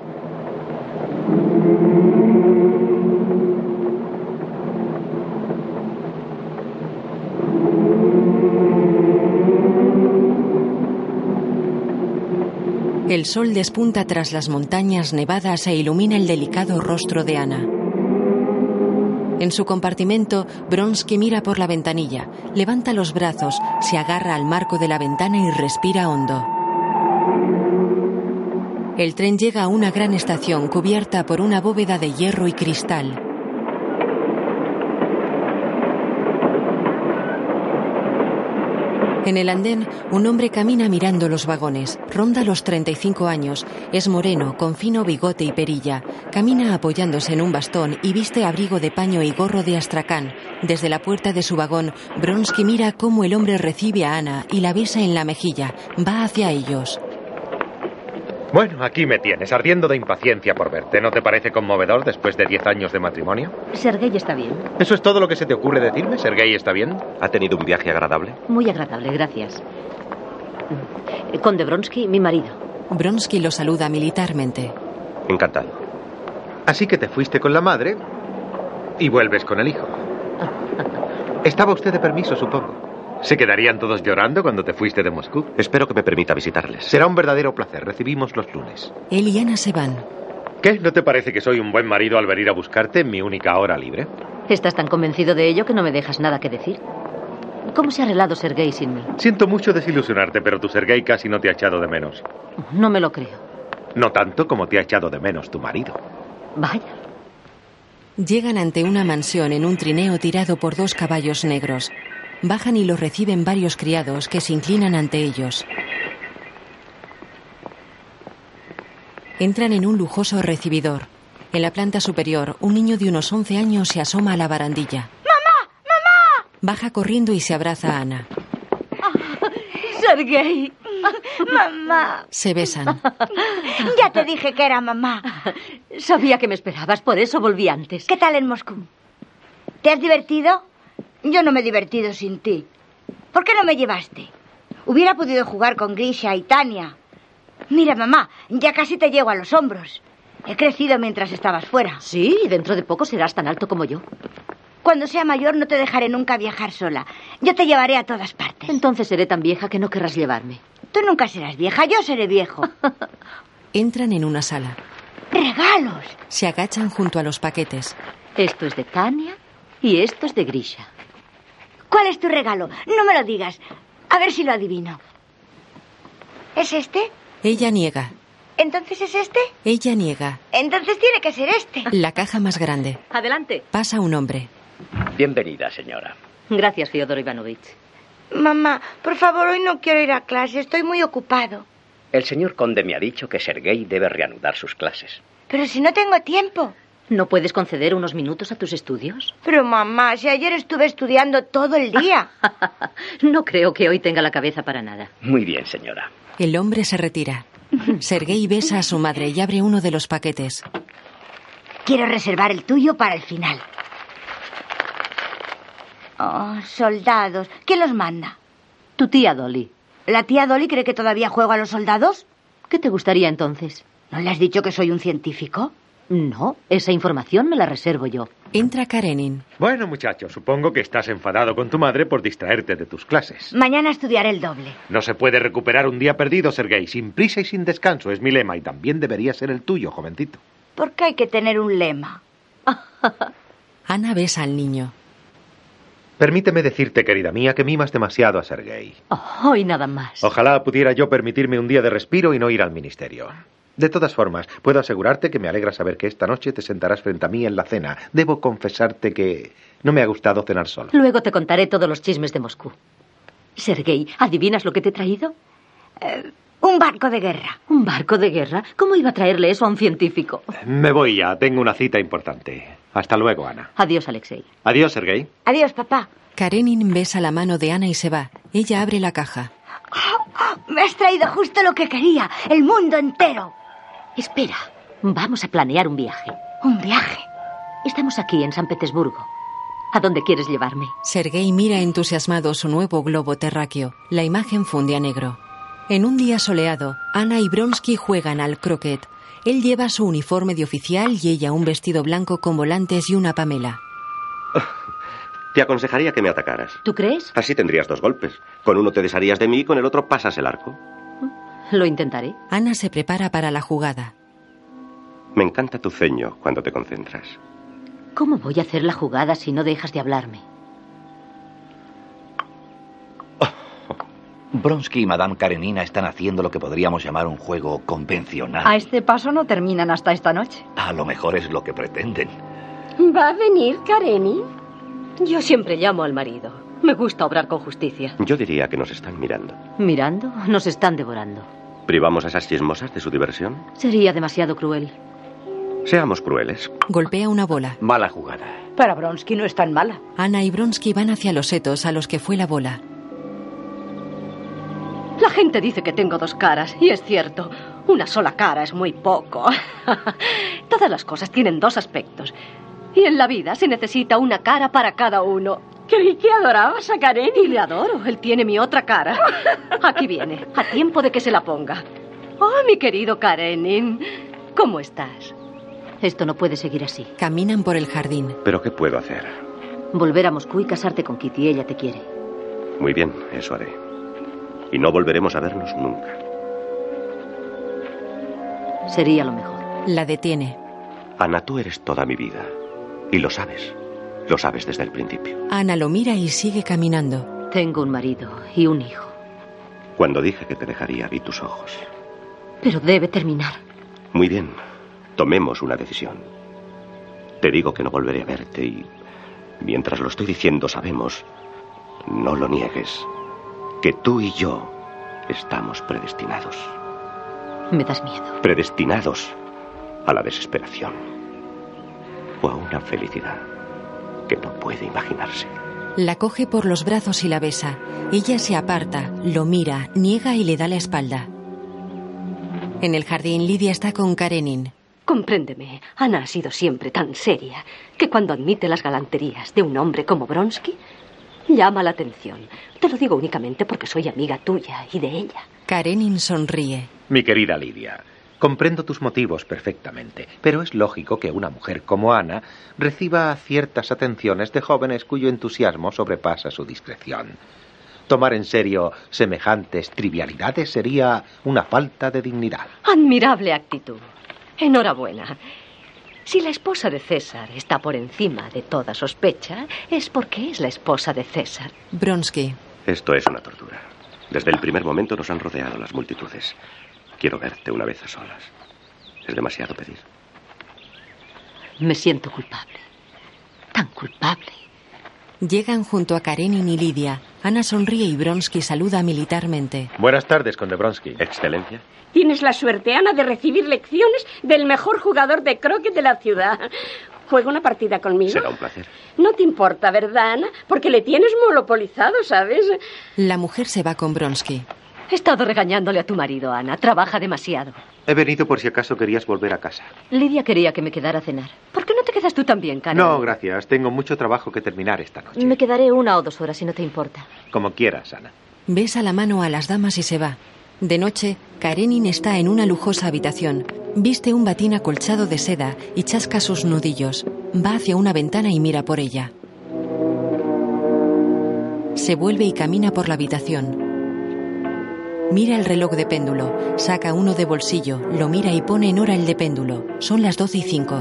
[SPEAKER 3] El sol despunta tras las montañas nevadas e ilumina el delicado rostro de Ana. En su compartimento, Bronsky mira por la ventanilla, levanta los brazos, se agarra al marco de la ventana y respira hondo. El tren llega a una gran estación cubierta por una bóveda de hierro y cristal. En el andén, un hombre camina mirando los vagones. Ronda los 35 años. Es moreno, con fino bigote y perilla. Camina apoyándose en un bastón y viste abrigo de paño y gorro de astracán. Desde la puerta de su vagón, Bronsky mira cómo el hombre recibe a Ana y la besa en la mejilla. Va hacia ellos.
[SPEAKER 17] Bueno, aquí me tienes, ardiendo de impaciencia por verte. ¿No te parece conmovedor después de 10 años de matrimonio?
[SPEAKER 10] Sergey está bien.
[SPEAKER 17] ¿Eso es todo lo que se te ocurre decirme? ¿Sergei está bien?
[SPEAKER 4] ¿Ha tenido un viaje agradable?
[SPEAKER 10] Muy agradable, gracias. Conde Bronsky, mi marido.
[SPEAKER 3] Bronsky lo saluda militarmente.
[SPEAKER 4] Encantado.
[SPEAKER 17] Así que te fuiste con la madre y vuelves con el hijo. Estaba usted de permiso, supongo. ¿Se quedarían todos llorando cuando te fuiste de Moscú?
[SPEAKER 4] Espero que me permita visitarles.
[SPEAKER 17] Será un verdadero placer. Recibimos los lunes.
[SPEAKER 3] Él y Ana se van.
[SPEAKER 17] ¿Qué? ¿No te parece que soy un buen marido al venir a buscarte en mi única hora libre?
[SPEAKER 10] Estás tan convencido de ello que no me dejas nada que decir. ¿Cómo se ha arreglado Sergei sin mí?
[SPEAKER 17] Siento mucho desilusionarte, pero tu Sergei casi no te ha echado de menos.
[SPEAKER 10] No me lo creo.
[SPEAKER 17] No tanto como te ha echado de menos tu marido.
[SPEAKER 10] Vaya.
[SPEAKER 3] Llegan ante una mansión en un trineo tirado por dos caballos negros. Bajan y los reciben varios criados que se inclinan ante ellos. Entran en un lujoso recibidor. En la planta superior, un niño de unos 11 años se asoma a la barandilla. Baja corriendo y se abraza a Ana.
[SPEAKER 18] Sergei. Mamá.
[SPEAKER 3] Se besan.
[SPEAKER 18] Ya te dije que era mamá.
[SPEAKER 10] Sabía que me esperabas, por eso volví antes.
[SPEAKER 18] ¿Qué tal en Moscú? ¿Te has divertido? Yo no me he divertido sin ti. ¿Por qué no me llevaste? Hubiera podido jugar con Grisha y Tania. Mira, mamá, ya casi te llego a los hombros. He crecido mientras estabas fuera.
[SPEAKER 10] Sí, y dentro de poco serás tan alto como yo.
[SPEAKER 18] Cuando sea mayor no te dejaré nunca viajar sola. Yo te llevaré a todas partes.
[SPEAKER 10] Entonces seré tan vieja que no querrás llevarme.
[SPEAKER 18] Tú nunca serás vieja, yo seré viejo.
[SPEAKER 3] Entran en una sala.
[SPEAKER 18] ¡Regalos!
[SPEAKER 3] Se agachan junto a los paquetes.
[SPEAKER 10] Esto es de Tania y esto es de Grisha.
[SPEAKER 18] ¿Cuál es tu regalo? No me lo digas. A ver si lo adivino. ¿Es este?
[SPEAKER 3] Ella niega.
[SPEAKER 18] ¿Entonces es este?
[SPEAKER 3] Ella niega.
[SPEAKER 18] Entonces tiene que ser este.
[SPEAKER 3] La caja más grande.
[SPEAKER 10] Adelante.
[SPEAKER 3] Pasa un hombre.
[SPEAKER 19] Bienvenida, señora.
[SPEAKER 10] Gracias, Fyodor Ivanovich.
[SPEAKER 18] Mamá, por favor, hoy no quiero ir a clase. Estoy muy ocupado.
[SPEAKER 19] El señor conde me ha dicho que Sergei debe reanudar sus clases.
[SPEAKER 18] Pero si no tengo tiempo.
[SPEAKER 10] ¿No puedes conceder unos minutos a tus estudios?
[SPEAKER 18] Pero mamá, si ayer estuve estudiando todo el día.
[SPEAKER 10] no creo que hoy tenga la cabeza para nada.
[SPEAKER 19] Muy bien, señora.
[SPEAKER 3] El hombre se retira. Sergei besa a su madre y abre uno de los paquetes.
[SPEAKER 18] Quiero reservar el tuyo para el final. Oh, soldados. ¿Quién los manda?
[SPEAKER 10] Tu tía Dolly.
[SPEAKER 18] ¿La tía Dolly cree que todavía juego a los soldados?
[SPEAKER 10] ¿Qué te gustaría entonces?
[SPEAKER 18] ¿No le has dicho que soy un científico?
[SPEAKER 10] No, esa información me la reservo yo.
[SPEAKER 3] Entra Karenin.
[SPEAKER 17] Bueno, muchacho, supongo que estás enfadado con tu madre por distraerte de tus clases.
[SPEAKER 18] Mañana estudiaré el doble.
[SPEAKER 17] No se puede recuperar un día perdido, Sergei, sin prisa y sin descanso. Es mi lema y también debería ser el tuyo, jovencito.
[SPEAKER 18] ¿Por qué hay que tener un lema?
[SPEAKER 3] Ana besa al niño.
[SPEAKER 17] Permíteme decirte, querida mía, que mimas demasiado a Sergei.
[SPEAKER 10] Oh, y nada más.
[SPEAKER 17] Ojalá pudiera yo permitirme un día de respiro y no ir al ministerio. De todas formas, puedo asegurarte que me alegra saber que esta noche te sentarás frente a mí en la cena. Debo confesarte que no me ha gustado cenar solo.
[SPEAKER 10] Luego te contaré todos los chismes de Moscú. Sergei, ¿adivinas lo que te he traído?
[SPEAKER 18] Eh, un barco de guerra.
[SPEAKER 10] ¿Un barco de guerra? ¿Cómo iba a traerle eso a un científico?
[SPEAKER 17] Me voy ya, tengo una cita importante. Hasta luego, Ana.
[SPEAKER 10] Adiós, Alexei.
[SPEAKER 17] Adiós, Sergei.
[SPEAKER 18] Adiós, papá.
[SPEAKER 3] Karenin besa la mano de Ana y se va. Ella abre la caja.
[SPEAKER 18] Oh, oh, me has traído justo lo que quería, el mundo entero.
[SPEAKER 10] Espera, vamos a planear un viaje.
[SPEAKER 18] ¿Un viaje?
[SPEAKER 10] Estamos aquí en San Petersburgo. ¿A dónde quieres llevarme?
[SPEAKER 3] Sergei mira entusiasmado su nuevo globo terráqueo. La imagen funde a negro. En un día soleado, Ana y Bronsky juegan al croquet. Él lleva su uniforme de oficial y ella un vestido blanco con volantes y una pamela.
[SPEAKER 4] Te aconsejaría que me atacaras.
[SPEAKER 10] ¿Tú crees?
[SPEAKER 4] Así tendrías dos golpes. Con uno te desharías de mí y con el otro pasas el arco.
[SPEAKER 10] Lo intentaré.
[SPEAKER 3] Ana se prepara para la jugada.
[SPEAKER 4] Me encanta tu ceño cuando te concentras.
[SPEAKER 10] ¿Cómo voy a hacer la jugada si no dejas de hablarme?
[SPEAKER 19] Bronsky y Madame Karenina están haciendo lo que podríamos llamar un juego
[SPEAKER 12] Ah.
[SPEAKER 19] convencional.
[SPEAKER 20] A este paso no terminan hasta esta noche.
[SPEAKER 19] A lo mejor es lo que pretenden.
[SPEAKER 21] ¿Va a venir Karenin?
[SPEAKER 10] Yo siempre llamo al marido. Me gusta obrar con justicia.
[SPEAKER 4] Yo diría que nos están mirando.
[SPEAKER 10] ¿Mirando? Nos están devorando.
[SPEAKER 4] ¿Privamos a esas chismosas de su diversión?
[SPEAKER 10] Sería demasiado cruel.
[SPEAKER 4] Seamos crueles.
[SPEAKER 3] Golpea una bola.
[SPEAKER 19] Mala jugada.
[SPEAKER 20] Para Bronsky no es tan mala.
[SPEAKER 3] Ana y Bronsky van hacia los setos a los que fue la bola.
[SPEAKER 10] La gente dice que tengo dos caras, y es cierto. Una sola cara es muy poco. Todas las cosas tienen dos aspectos. Y en la vida se necesita una cara para cada uno.
[SPEAKER 21] Creí que adorabas a Karenin.
[SPEAKER 10] Y le adoro. Él tiene mi otra cara. Aquí viene, a tiempo de que se la ponga. Oh, mi querido Karenin. ¿Cómo estás? Esto no puede seguir así.
[SPEAKER 3] Caminan por el jardín.
[SPEAKER 4] ¿Pero qué puedo hacer?
[SPEAKER 10] Volver a Moscú y casarte con Kitty. Ella te quiere.
[SPEAKER 4] Muy bien, eso haré. Y no volveremos a vernos nunca.
[SPEAKER 10] Sería lo mejor.
[SPEAKER 3] La detiene.
[SPEAKER 4] Ana, tú eres toda mi vida. Y lo sabes. Lo sabes desde el principio.
[SPEAKER 3] Ana lo mira y sigue caminando.
[SPEAKER 10] Tengo un marido y un hijo.
[SPEAKER 4] Cuando dije que te dejaría, vi tus ojos.
[SPEAKER 10] Pero debe terminar.
[SPEAKER 4] Muy bien. Tomemos una decisión. Te digo que no volveré a verte y... Mientras lo estoy diciendo, sabemos, no lo niegues, que tú y yo estamos predestinados.
[SPEAKER 10] Me das miedo.
[SPEAKER 4] Predestinados a la desesperación o a una felicidad que no puede imaginarse.
[SPEAKER 3] La coge por los brazos y la besa. Ella se aparta, lo mira, niega y le da la espalda. En el jardín, Lidia está con Karenin.
[SPEAKER 10] Compréndeme, Ana ha sido siempre tan seria que cuando admite las galanterías de un hombre como Bronsky,
[SPEAKER 11] Llama la atención. Te lo digo únicamente porque soy amiga tuya y de ella.
[SPEAKER 3] Karenin sonríe.
[SPEAKER 17] Mi querida Lidia, comprendo tus motivos perfectamente, pero es lógico que una mujer como Ana reciba ciertas atenciones de jóvenes cuyo entusiasmo sobrepasa su discreción. Tomar en serio semejantes trivialidades sería una falta de dignidad.
[SPEAKER 11] Admirable actitud. Enhorabuena. Si la esposa de César está por encima de toda sospecha, es porque es la esposa de César.
[SPEAKER 3] Bronsky.
[SPEAKER 4] Esto es una tortura. Desde el primer momento nos han rodeado las multitudes. Quiero verte una vez a solas. Es demasiado pedir.
[SPEAKER 11] Me siento culpable. Tan culpable.
[SPEAKER 3] Llegan junto a Karenin y Lidia. Ana sonríe y Bronsky saluda militarmente.
[SPEAKER 17] Buenas tardes, Conde Bronsky.
[SPEAKER 4] Excelencia.
[SPEAKER 21] Tienes la suerte, Ana, de recibir lecciones del mejor jugador de croquet de la ciudad. Juega una partida conmigo.
[SPEAKER 4] Será un placer.
[SPEAKER 21] No te importa, ¿verdad, Ana? Porque le tienes monopolizado, ¿sabes?
[SPEAKER 3] La mujer se va con Bronsky.
[SPEAKER 11] He estado regañándole a tu marido, Ana. Trabaja demasiado.
[SPEAKER 17] He venido por si acaso querías volver a casa.
[SPEAKER 10] Lidia quería que me quedara a cenar.
[SPEAKER 11] ¿Por qué no te quedas tú también, Karen?
[SPEAKER 17] No, gracias. Tengo mucho trabajo que terminar esta noche.
[SPEAKER 10] Me quedaré una o dos horas si no te importa.
[SPEAKER 17] Como quieras, Ana.
[SPEAKER 3] Besa la mano a las damas y se va. De noche, Karenin está en una lujosa habitación. Viste un batín acolchado de seda y chasca sus nudillos. Va hacia una ventana y mira por ella. Se vuelve y camina por la habitación. Mira el reloj de péndulo, saca uno de bolsillo, lo mira y pone en hora el de péndulo. Son las 12 y 5.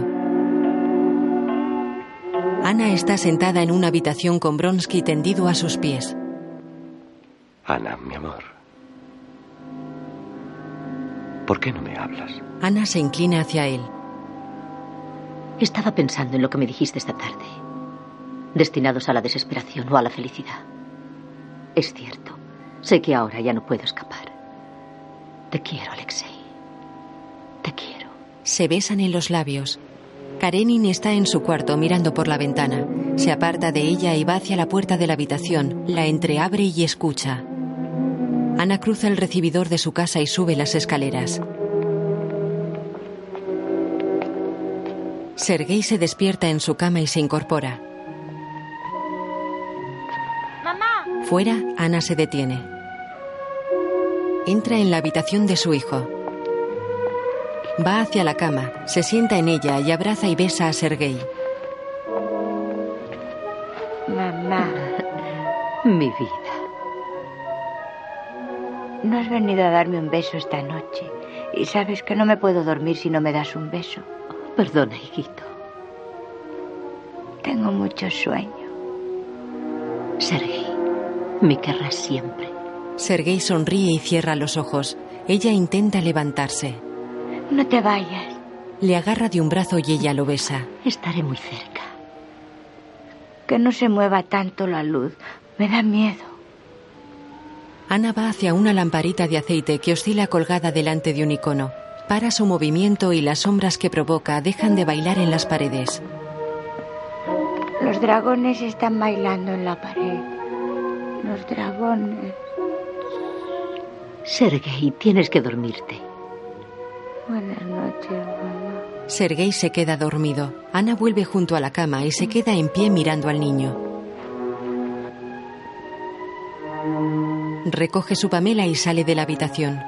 [SPEAKER 3] Ana está sentada en una habitación con Bronsky tendido a sus pies.
[SPEAKER 4] Ana, mi amor. ¿Por qué no me hablas?
[SPEAKER 3] Ana se inclina hacia él.
[SPEAKER 10] Estaba pensando en lo que me dijiste esta tarde. Destinados a la desesperación o a la felicidad. Es cierto. Sé que ahora ya no puedo escapar. Te quiero, Alexei. Te quiero.
[SPEAKER 3] Se besan en los labios. Karenin está en su cuarto mirando por la ventana. Se aparta de ella y va hacia la puerta de la habitación. La entreabre y escucha. Ana cruza el recibidor de su casa y sube las escaleras. Sergei se despierta en su cama y se incorpora. Fuera, Ana se detiene. Entra en la habitación de su hijo. Va hacia la cama, se sienta en ella y abraza y besa a Sergei.
[SPEAKER 1] Mamá,
[SPEAKER 10] Mi vida.
[SPEAKER 1] no has venido a darme un beso esta noche. Y sabes que no me puedo dormir si no me das un beso.
[SPEAKER 18] Oh,
[SPEAKER 10] Perdona, hijito.
[SPEAKER 1] Tengo mucho sueño.
[SPEAKER 10] Sergei, me querrás siempre.
[SPEAKER 3] Sergei sonríe y cierra los ojos. Ella intenta levantarse.
[SPEAKER 1] No te vayas.
[SPEAKER 3] Le agarra de un brazo y ella lo besa.
[SPEAKER 10] Estaré muy cerca.
[SPEAKER 1] Que no se mueva tanto la luz. Me da miedo.
[SPEAKER 3] Ana va hacia una lamparita de aceite que oscila colgada delante de un icono. Para su movimiento y las sombras que provoca dejan de bailar en las paredes.
[SPEAKER 1] Los dragones están bailando en la pared. Los dragones.
[SPEAKER 10] Sergei, tienes que dormirte.
[SPEAKER 1] Buenas noches, mamá.
[SPEAKER 3] Sergei se queda dormido. Ana vuelve junto a la cama y se queda en pie mirando al niño. Recoge su pamela y sale de la habitación.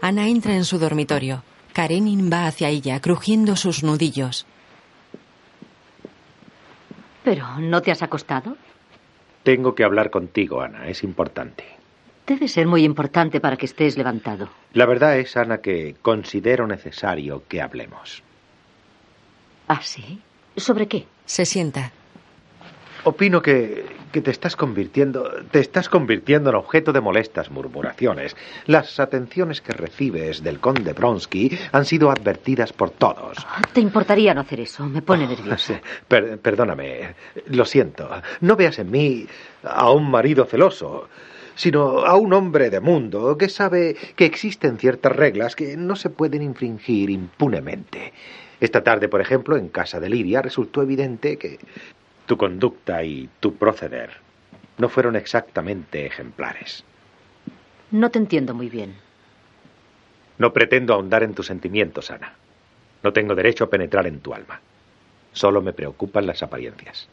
[SPEAKER 3] Ana entra en su dormitorio. Karenin va hacia ella, crujiendo sus nudillos.
[SPEAKER 10] Pero, ¿no te has acostado?
[SPEAKER 17] Tengo que hablar contigo, Ana. Es importante.
[SPEAKER 10] Debe ser muy importante para que estés levantado.
[SPEAKER 17] La verdad es, Ana, que considero necesario que hablemos.
[SPEAKER 10] ¿Ah, sí? ¿Sobre qué?
[SPEAKER 3] Se sienta.
[SPEAKER 17] Opino que, que te estás convirtiendo, te estás convirtiendo en objeto de molestas murmuraciones. Las atenciones que recibes del conde Bronsky han sido advertidas por todos.
[SPEAKER 10] Ah,
[SPEAKER 17] Ah,
[SPEAKER 10] Te importaría no hacer eso. Me pone nerviosa.
[SPEAKER 17] Per- perdóname, lo siento. No veas en mí a un marido celoso, sino a un hombre de mundo que sabe que existen ciertas reglas que no se pueden infringir impunemente. Esta tarde, por ejemplo, en casa de Lidia resultó evidente que tu conducta y tu proceder no fueron exactamente ejemplares.
[SPEAKER 10] No te entiendo muy bien.
[SPEAKER 17] No pretendo ahondar en tus sentimientos, Ana. No tengo derecho a penetrar en tu alma. Solo me preocupan las apariencias.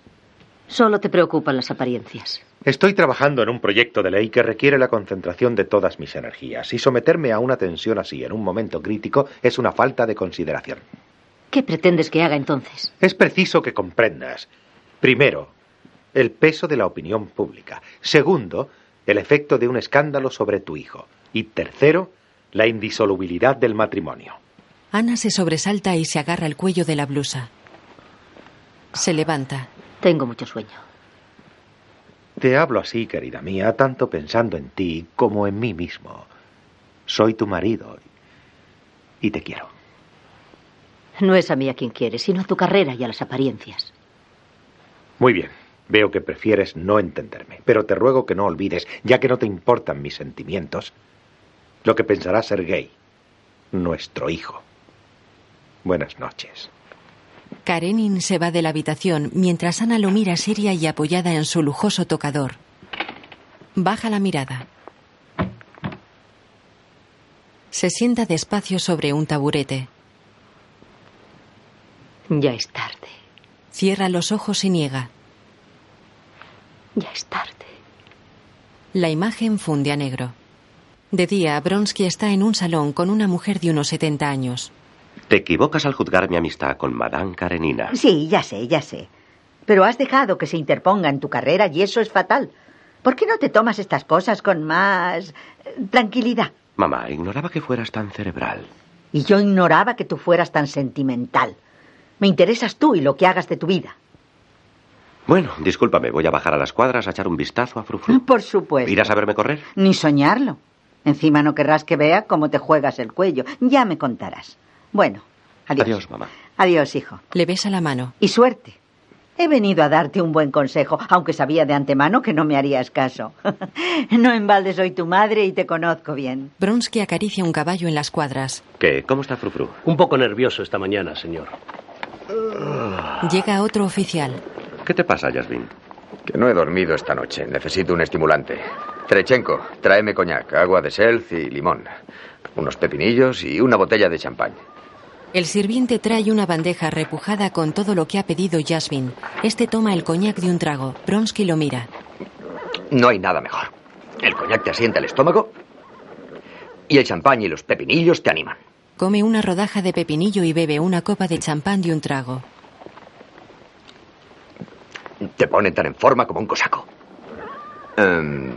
[SPEAKER 10] Solo te preocupan las apariencias.
[SPEAKER 17] Estoy trabajando en un proyecto de ley que requiere la concentración de todas mis energías y someterme a una tensión así en un momento crítico es una falta de consideración.
[SPEAKER 10] ¿Qué pretendes que haga entonces?
[SPEAKER 17] Es preciso que comprendas, primero, el peso de la opinión pública, segundo, el efecto de un escándalo sobre tu hijo y tercero, la indisolubilidad del matrimonio.
[SPEAKER 3] Ana se sobresalta y se agarra el cuello de la blusa. Se levanta.
[SPEAKER 10] Tengo mucho sueño.
[SPEAKER 17] Te hablo así, querida mía, tanto pensando en ti como en mí mismo. Soy tu marido y te quiero.
[SPEAKER 10] No es a mí a quien quieres, sino a tu carrera y a las apariencias.
[SPEAKER 17] Muy bien. Veo que prefieres no entenderme, pero te ruego que no olvides, ya que no te importan mis sentimientos, lo que pensará ser gay, nuestro hijo. Buenas noches.
[SPEAKER 3] Karenin se va de la habitación mientras Ana lo mira seria y apoyada en su lujoso tocador. Baja la mirada. Se sienta despacio sobre un taburete.
[SPEAKER 10] Ya es tarde.
[SPEAKER 3] Cierra los ojos y niega.
[SPEAKER 10] Ya es tarde.
[SPEAKER 3] La imagen funde a negro. De día, Bronsky está en un salón con una mujer de unos 70 años.
[SPEAKER 4] Te equivocas al juzgar mi amistad con Madame Karenina.
[SPEAKER 9] Sí, ya sé, ya sé. Pero has dejado que se interponga en tu carrera y eso es fatal. ¿Por qué no te tomas estas cosas con más eh, tranquilidad?
[SPEAKER 4] Mamá, ignoraba que fueras tan cerebral.
[SPEAKER 9] Y yo ignoraba que tú fueras tan sentimental. Me interesas tú y lo que hagas de tu vida.
[SPEAKER 4] Bueno, discúlpame, voy a bajar a las cuadras a echar un vistazo a Frufru.
[SPEAKER 9] Por supuesto.
[SPEAKER 4] ¿Irás a verme correr?
[SPEAKER 9] Ni soñarlo. Encima no querrás que vea cómo te juegas el cuello. Ya me contarás. Bueno, adiós.
[SPEAKER 4] Adiós, mamá.
[SPEAKER 9] Adiós, hijo.
[SPEAKER 3] Le besa la mano.
[SPEAKER 9] Y suerte. He venido a darte un buen consejo, aunque sabía de antemano que no me harías caso. no en balde soy tu madre y te conozco bien.
[SPEAKER 3] Bronsky acaricia un caballo en las cuadras.
[SPEAKER 4] ¿Qué? ¿Cómo está Frufru?
[SPEAKER 2] Un poco nervioso esta mañana, señor.
[SPEAKER 3] Llega otro oficial.
[SPEAKER 4] ¿Qué te pasa, Jasmine?
[SPEAKER 22] Que no he dormido esta noche. Necesito un estimulante. Trechenko, tráeme coñac, agua de self y limón. Unos pepinillos y una botella de champán.
[SPEAKER 3] El sirviente trae una bandeja repujada con todo lo que ha pedido Jasmine. Este toma el coñac de un trago. Bronsky lo mira.
[SPEAKER 22] No hay nada mejor. El coñac te asienta el estómago y el champán y los pepinillos te animan.
[SPEAKER 3] Come una rodaja de pepinillo y bebe una copa de champán de un trago.
[SPEAKER 22] Te ponen tan en forma como un cosaco. Em,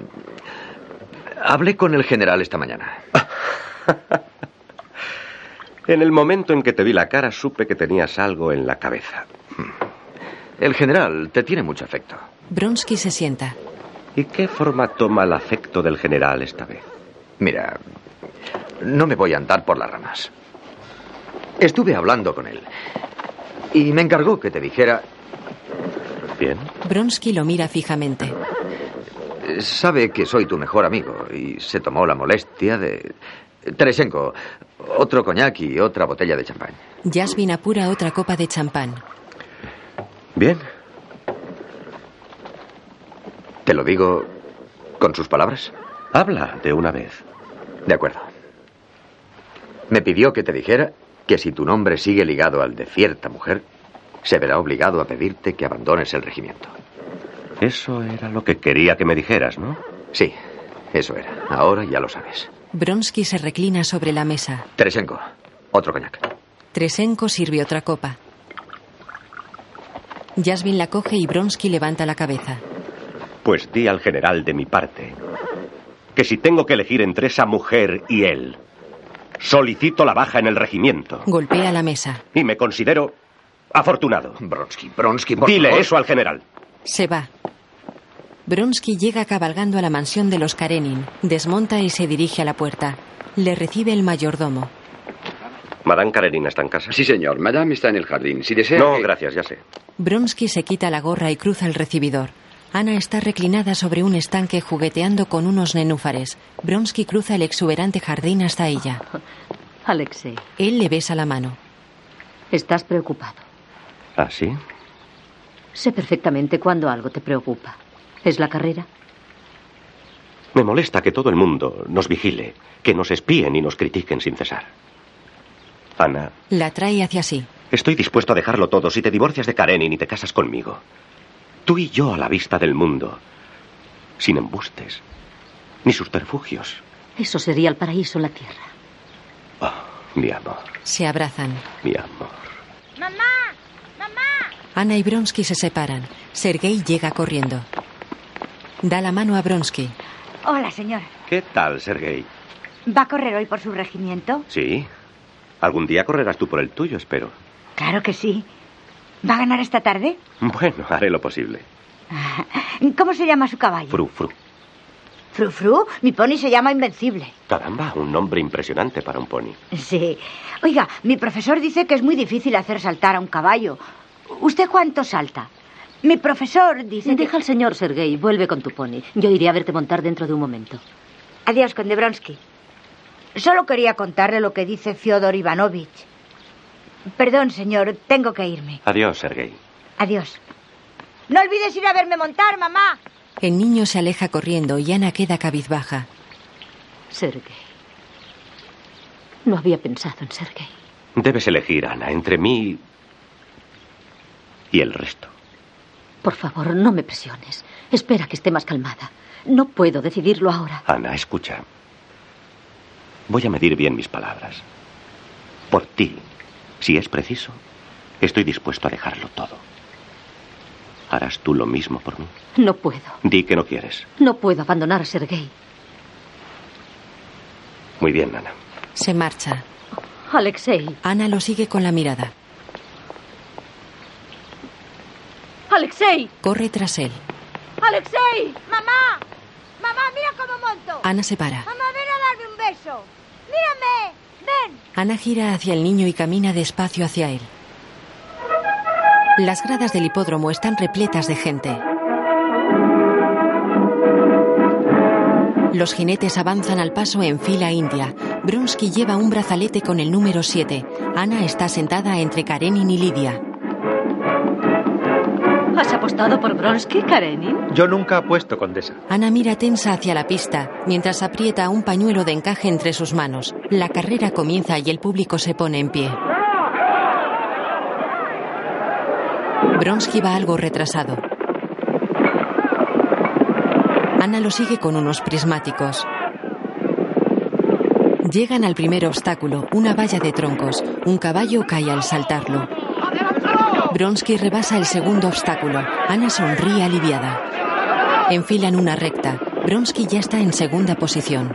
[SPEAKER 22] hablé con el general esta mañana.
[SPEAKER 4] En el momento en que te vi la cara, supe que tenías algo en la cabeza.
[SPEAKER 22] Hmm. El general te tiene mucho afecto.
[SPEAKER 3] Bronsky se sienta.
[SPEAKER 4] ¿Y qué forma toma el afecto del general esta vez?
[SPEAKER 22] Mira, no me voy a andar por las ramas. Estuve hablando con él y me encargó que te dijera...
[SPEAKER 4] Bien.
[SPEAKER 3] Bronsky lo mira fijamente.
[SPEAKER 22] Sabe que soy tu mejor amigo y se tomó la molestia de... Teresenko, otro coñac y otra botella de champán.
[SPEAKER 3] Jasmine apura otra copa de champán.
[SPEAKER 4] Bien.
[SPEAKER 22] ¿Te lo digo con sus palabras?
[SPEAKER 4] Habla de una vez.
[SPEAKER 22] De acuerdo. Me pidió que te dijera que si tu nombre sigue ligado al de cierta mujer, se verá obligado a pedirte que abandones el regimiento.
[SPEAKER 4] Eso era lo que quería que me dijeras, ¿no?
[SPEAKER 22] Sí, eso era. Ahora ya lo sabes.
[SPEAKER 3] Bronsky se reclina sobre la mesa.
[SPEAKER 22] Teresenko, otro coñac.
[SPEAKER 3] Tresenko sirve otra copa. Jasmine la coge y Bronsky levanta la cabeza.
[SPEAKER 4] Pues di al general de mi parte que si tengo que elegir entre esa mujer y él, solicito la baja en el regimiento.
[SPEAKER 3] Golpea la mesa.
[SPEAKER 4] Y me considero afortunado.
[SPEAKER 22] Bronsky, Bronsky, por
[SPEAKER 4] Dile
[SPEAKER 22] favor.
[SPEAKER 4] eso al general.
[SPEAKER 3] Se va. Bronsky llega cabalgando a la mansión de los Karenin, desmonta y se dirige a la puerta. Le recibe el mayordomo.
[SPEAKER 4] ¿Madame Karenina está en casa?
[SPEAKER 23] Sí, señor. Madame está en el jardín. Si desea.
[SPEAKER 4] No,
[SPEAKER 23] que-
[SPEAKER 4] gracias, ya sé.
[SPEAKER 3] Bronsky se quita la gorra y cruza el recibidor. Ana está reclinada sobre un estanque jugueteando con unos nenúfares. Bronsky cruza el exuberante jardín hasta ella.
[SPEAKER 10] Alexei,
[SPEAKER 3] Él le besa la mano.
[SPEAKER 10] estás preocupado.
[SPEAKER 4] ¿Ah, sí?
[SPEAKER 10] Sé perfectamente cuándo algo te preocupa. ¿Es la carrera?
[SPEAKER 4] Me molesta que todo el mundo nos vigile, que nos espíen y nos critiquen sin cesar. Ana,
[SPEAKER 3] La trae hacia sí.
[SPEAKER 4] Estoy dispuesto a dejarlo todo si te divorcias de Karenin y te casas conmigo. Tú y yo a la vista del mundo. Sin embustes. Ni subterfugios.
[SPEAKER 10] Eso sería el paraíso en la tierra.
[SPEAKER 4] Mi amor,
[SPEAKER 3] Se abrazan.
[SPEAKER 4] mi amor.
[SPEAKER 3] Ana y Bronsky se separan. Sergei llega corriendo. Da la mano a Bronsky.
[SPEAKER 18] Hola, señor.
[SPEAKER 4] ¿Qué tal, Sergei?
[SPEAKER 18] ¿Va a correr hoy por su regimiento?
[SPEAKER 4] Sí. Algún día correrás tú por el tuyo, espero.
[SPEAKER 18] Claro que sí. ¿Va a ganar esta tarde?
[SPEAKER 4] Bueno, haré lo posible.
[SPEAKER 18] ¿Cómo se llama su caballo?
[SPEAKER 4] Fru, fru.
[SPEAKER 18] Fru, fru. Mi pony se llama Invencible.
[SPEAKER 4] Caramba, un nombre impresionante para un pony.
[SPEAKER 18] Sí. Oiga, mi profesor dice que es muy difícil hacer saltar a un caballo. ¿Usted cuánto salta? Mi profesor dice.
[SPEAKER 10] Deja al señor Sergei, vuelve con tu pony. Yo iré a verte montar dentro de un momento.
[SPEAKER 18] Adiós, conde Bronsky. Solo quería contarle lo que dice Fyodor Ivanovich. Perdón, señor, tengo que irme.
[SPEAKER 4] Adiós, Sergei.
[SPEAKER 18] Adiós. No olvides ir a verme montar, mamá.
[SPEAKER 3] El niño se aleja corriendo y Ana queda cabizbaja.
[SPEAKER 10] Sergei. No había pensado en Sergei.
[SPEAKER 4] Debes elegir, Ana, entre mí y el resto.
[SPEAKER 10] Por favor, no me presiones. Espera que esté más calmada. No puedo decidirlo ahora.
[SPEAKER 4] Ana, escucha. Voy a medir bien mis palabras. Por ti, si es preciso, estoy dispuesto a dejarlo todo. ¿Harás tú lo mismo por mí?
[SPEAKER 10] No puedo.
[SPEAKER 4] Di que no quieres.
[SPEAKER 10] No puedo abandonar a Sergei.
[SPEAKER 4] Muy bien, Ana.
[SPEAKER 3] Se marcha.
[SPEAKER 10] Alexei.
[SPEAKER 3] Ana lo sigue con la mirada.
[SPEAKER 21] Alexei,
[SPEAKER 3] Corre tras él.
[SPEAKER 21] Alexei,
[SPEAKER 18] ¡Mamá! ¡Mamá, mira cómo monto!
[SPEAKER 3] Ana se para.
[SPEAKER 18] ¡Mamá, ven a darme un beso! ¡Mírame! ¡Ven!
[SPEAKER 3] Ana gira hacia el niño y camina despacio hacia él. Las gradas del hipódromo están repletas de gente. Los jinetes avanzan al paso en fila india. Bronsky lleva un brazalete con el número 7. Ana está sentada entre Karenin y Lidia.
[SPEAKER 10] ¿Has apostado por Bronsky, Karenin?
[SPEAKER 17] Yo nunca apuesto, condesa.
[SPEAKER 3] Ana mira tensa hacia la pista, mientras aprieta un pañuelo de encaje entre sus manos. La carrera comienza y el público se pone en pie. Bronsky va algo retrasado. Ana lo sigue con unos prismáticos. Llegan al primer obstáculo, una valla de troncos. Un caballo cae al saltarlo. Bronsky rebasa el segundo obstáculo. Ana sonríe aliviada. Enfilan una recta. Bronsky ya está en segunda posición.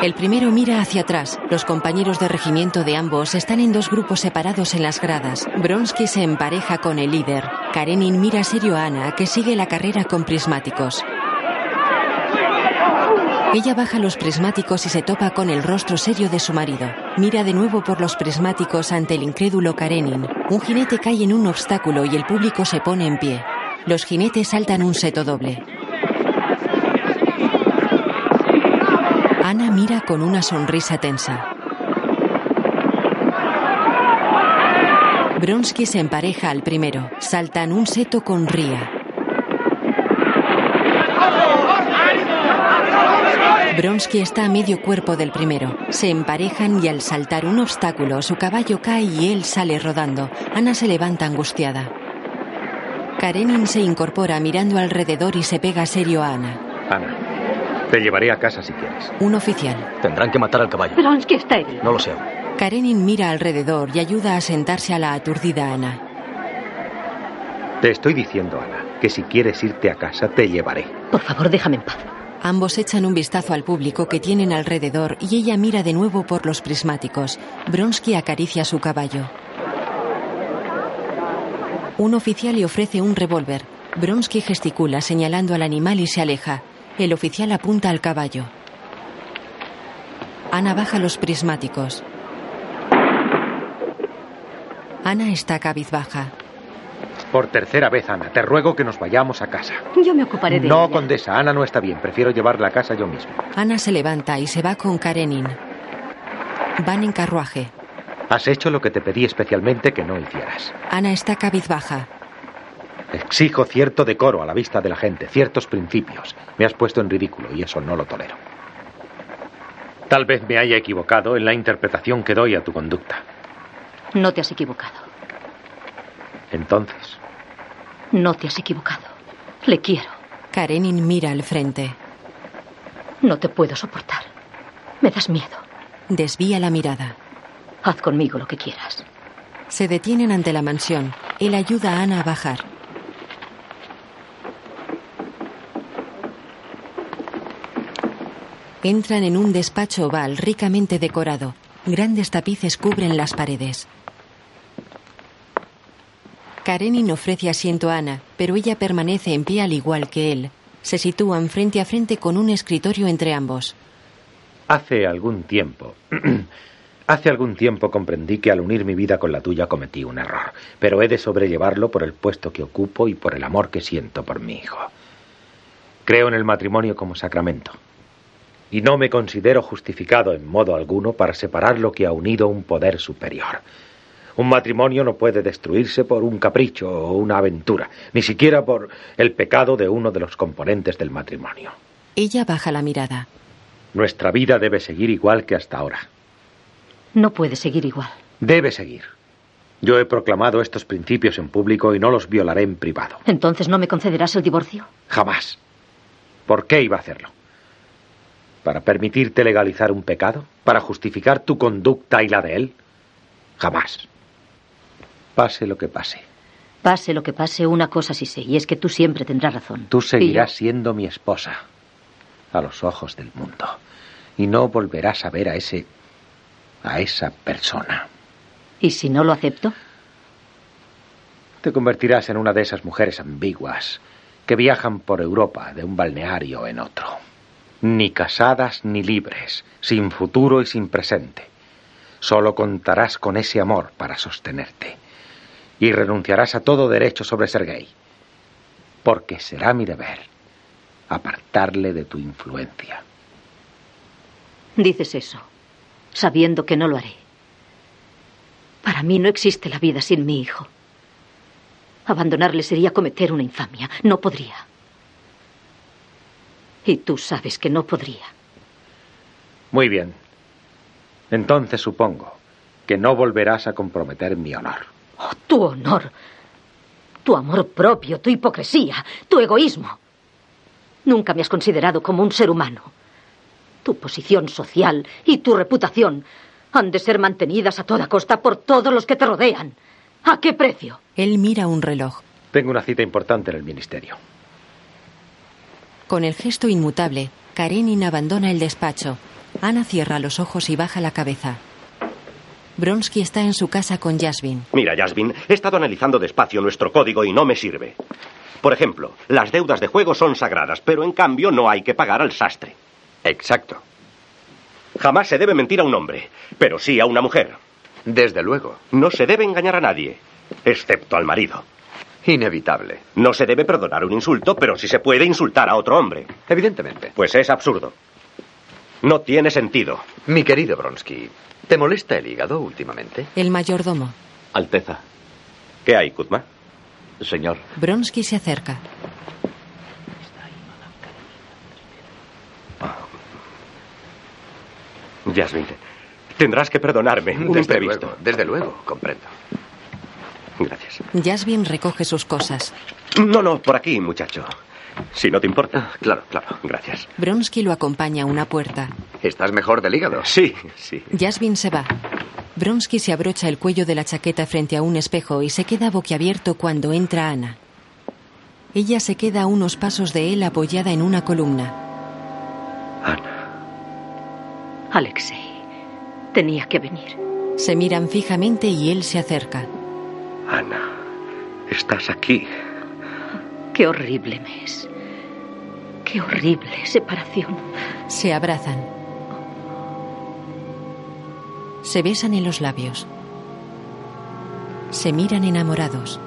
[SPEAKER 3] El primero mira hacia atrás. Los compañeros de regimiento de ambos están en dos grupos separados en las gradas. Bronsky se empareja con el líder. Karenin mira serio a Ana, que sigue la carrera con prismáticos. Ella baja los prismáticos y se topa con el rostro serio de su marido. Mira de nuevo por los prismáticos ante el incrédulo Karenin. Un jinete cae en un obstáculo y el público se pone en pie. Los jinetes saltan un seto doble. Ana mira con una sonrisa tensa. Bronsky se empareja al primero. Saltan un seto con Ría. Bronsky está a medio cuerpo del primero. Se emparejan y al saltar un obstáculo, su caballo cae y él sale rodando. Ana se levanta angustiada. Karenin se incorpora mirando alrededor y se pega serio a Ana.
[SPEAKER 12] Ana, te llevaré a casa si quieres.
[SPEAKER 3] Un oficial.
[SPEAKER 12] Tendrán que matar al caballo.
[SPEAKER 10] Bronsky está herido.
[SPEAKER 12] No lo sé.
[SPEAKER 3] Karenin mira alrededor y ayuda a sentarse a la aturdida Ana.
[SPEAKER 17] Te estoy diciendo, Ana, que si quieres irte a casa, te llevaré.
[SPEAKER 10] Por favor, déjame en paz.
[SPEAKER 3] Ambos echan un vistazo al público que tienen alrededor y ella mira de nuevo por los prismáticos. Bronsky acaricia su caballo. Un oficial le ofrece un revólver. Bronsky gesticula señalando al animal y se aleja. El oficial apunta al caballo. Ana baja los prismáticos. Ana está cabizbaja.
[SPEAKER 17] Por tercera vez, Ana, te ruego que nos vayamos a casa.
[SPEAKER 10] Yo me ocuparé de
[SPEAKER 17] No,
[SPEAKER 10] ella.
[SPEAKER 17] condesa, Ana no está bien. Prefiero llevarla a casa yo mismo.
[SPEAKER 3] Ana se levanta y se va con Karenin. Van en carruaje.
[SPEAKER 17] Has hecho lo que te pedí especialmente que no hicieras.
[SPEAKER 3] Ana está cabizbaja.
[SPEAKER 17] Exijo cierto decoro a la vista de la gente, ciertos principios. Me has puesto en ridículo y eso no lo tolero. Tal vez me haya equivocado en la interpretación que doy a tu conducta.
[SPEAKER 10] No te has equivocado.
[SPEAKER 17] Entonces,
[SPEAKER 10] No te has equivocado. Le quiero.
[SPEAKER 3] Karenin mira al frente.
[SPEAKER 10] No te puedo soportar. Me das miedo.
[SPEAKER 3] Desvía la mirada.
[SPEAKER 10] Haz conmigo lo que quieras.
[SPEAKER 3] Se detienen ante la mansión. Él ayuda a Ana a bajar. Entran en un despacho oval ricamente decorado. Grandes tapices cubren las paredes. Karenin ofrece asiento a Ana, pero ella permanece en pie al igual que él. Se sitúan frente a frente con un escritorio entre ambos.
[SPEAKER 17] hace algún tiempo. hace algún tiempo comprendí que al unir mi vida con la tuya cometí un error, pero he de sobrellevarlo por el puesto que ocupo y por el amor que siento por mi hijo. Creo en el matrimonio como sacramento. Y no me considero justificado en modo alguno para separar lo que ha unido un poder superior. Un matrimonio no puede destruirse por un capricho o una aventura, ni siquiera por el pecado de uno de los componentes del matrimonio.
[SPEAKER 3] Ella baja la mirada.
[SPEAKER 17] Nuestra vida debe seguir igual que hasta ahora.
[SPEAKER 10] No puede seguir igual.
[SPEAKER 17] Debe seguir. Yo he proclamado estos principios en público y no los violaré en privado.
[SPEAKER 10] Entonces no me concederás el divorcio.
[SPEAKER 17] Jamás. ¿Por qué iba a hacerlo? ¿Para permitirte legalizar un pecado? ¿Para justificar tu conducta y la de él? Jamás. Pase lo que pase.
[SPEAKER 10] Pase lo que pase, una cosa sí sé, y es que tú siempre tendrás razón.
[SPEAKER 17] Tú seguirás siendo mi esposa a los ojos del mundo y no volverás a ver a ese a esa persona.
[SPEAKER 10] ¿Y si no lo acepto?
[SPEAKER 17] Te convertirás en una de esas mujeres ambiguas que viajan por Europa de un balneario en otro, ni casadas ni libres, sin futuro y sin presente. Solo contarás con ese amor para sostenerte y renunciarás a todo derecho sobre ser gay, porque será mi deber apartarle de tu influencia.
[SPEAKER 10] Dices eso, sabiendo que no lo haré. Para mí no existe la vida sin mi hijo. Abandonarle sería cometer una infamia. No podría. Y tú sabes que no podría.
[SPEAKER 17] Muy bien. Entonces supongo que no volverás a comprometer mi honor.
[SPEAKER 10] Tu honor, tu amor propio, tu hipocresía, tu egoísmo. Nunca me has considerado como un ser humano. Tu posición social y tu reputación han de ser mantenidas a toda costa por todos los que te rodean. ¿A qué precio?
[SPEAKER 3] Él mira un reloj.
[SPEAKER 17] Tengo una cita importante en el ministerio.
[SPEAKER 3] Con el gesto inmutable, Karenin abandona el despacho. Ana cierra los ojos y baja la cabeza. Bronsky está en su casa con Jasmine.
[SPEAKER 4] Mira, Jasmine, he estado analizando despacio nuestro código y no me sirve. Por ejemplo, las deudas de juego son sagradas, pero en cambio no hay que pagar al sastre. Exacto. Jamás se debe mentir a un hombre, pero sí a una mujer. Desde luego. No se debe engañar a nadie, excepto al marido. Inevitable. No se debe perdonar un insulto, pero sí se puede insultar a otro hombre. Evidentemente. Pues es absurdo. No tiene sentido.
[SPEAKER 22] Mi querido Bronsky, ¿te molesta el hígado últimamente?
[SPEAKER 3] El mayordomo.
[SPEAKER 22] Alteza.
[SPEAKER 4] ¿Qué hay, Kuzma?
[SPEAKER 22] Señor.
[SPEAKER 3] Bronsky se acerca.
[SPEAKER 4] Jasmine, tendrás que perdonarme. Un
[SPEAKER 22] Desde
[SPEAKER 4] imprevisto.
[SPEAKER 22] luego, desde luego, comprendo.
[SPEAKER 4] Gracias.
[SPEAKER 3] Jasmine recoge sus cosas.
[SPEAKER 4] No, no, por aquí, muchacho. Si no te importa.
[SPEAKER 22] Ah,
[SPEAKER 4] claro, claro. Gracias.
[SPEAKER 3] Bronsky lo acompaña a una puerta.
[SPEAKER 22] ¿Estás mejor del hígado?
[SPEAKER 4] Sí, sí.
[SPEAKER 3] Jasmine se va. Bronsky se abrocha el cuello de la chaqueta frente a un espejo y se queda boquiabierto cuando entra Ana. Ella se queda a unos pasos de él apoyada en una columna.
[SPEAKER 10] Alexei, tenía que venir.
[SPEAKER 3] Se miran fijamente y él se acerca.
[SPEAKER 4] Ana, estás aquí.
[SPEAKER 10] Qué horrible me es. Qué horrible separación.
[SPEAKER 3] Se abrazan. Se besan en los labios. Se miran enamorados.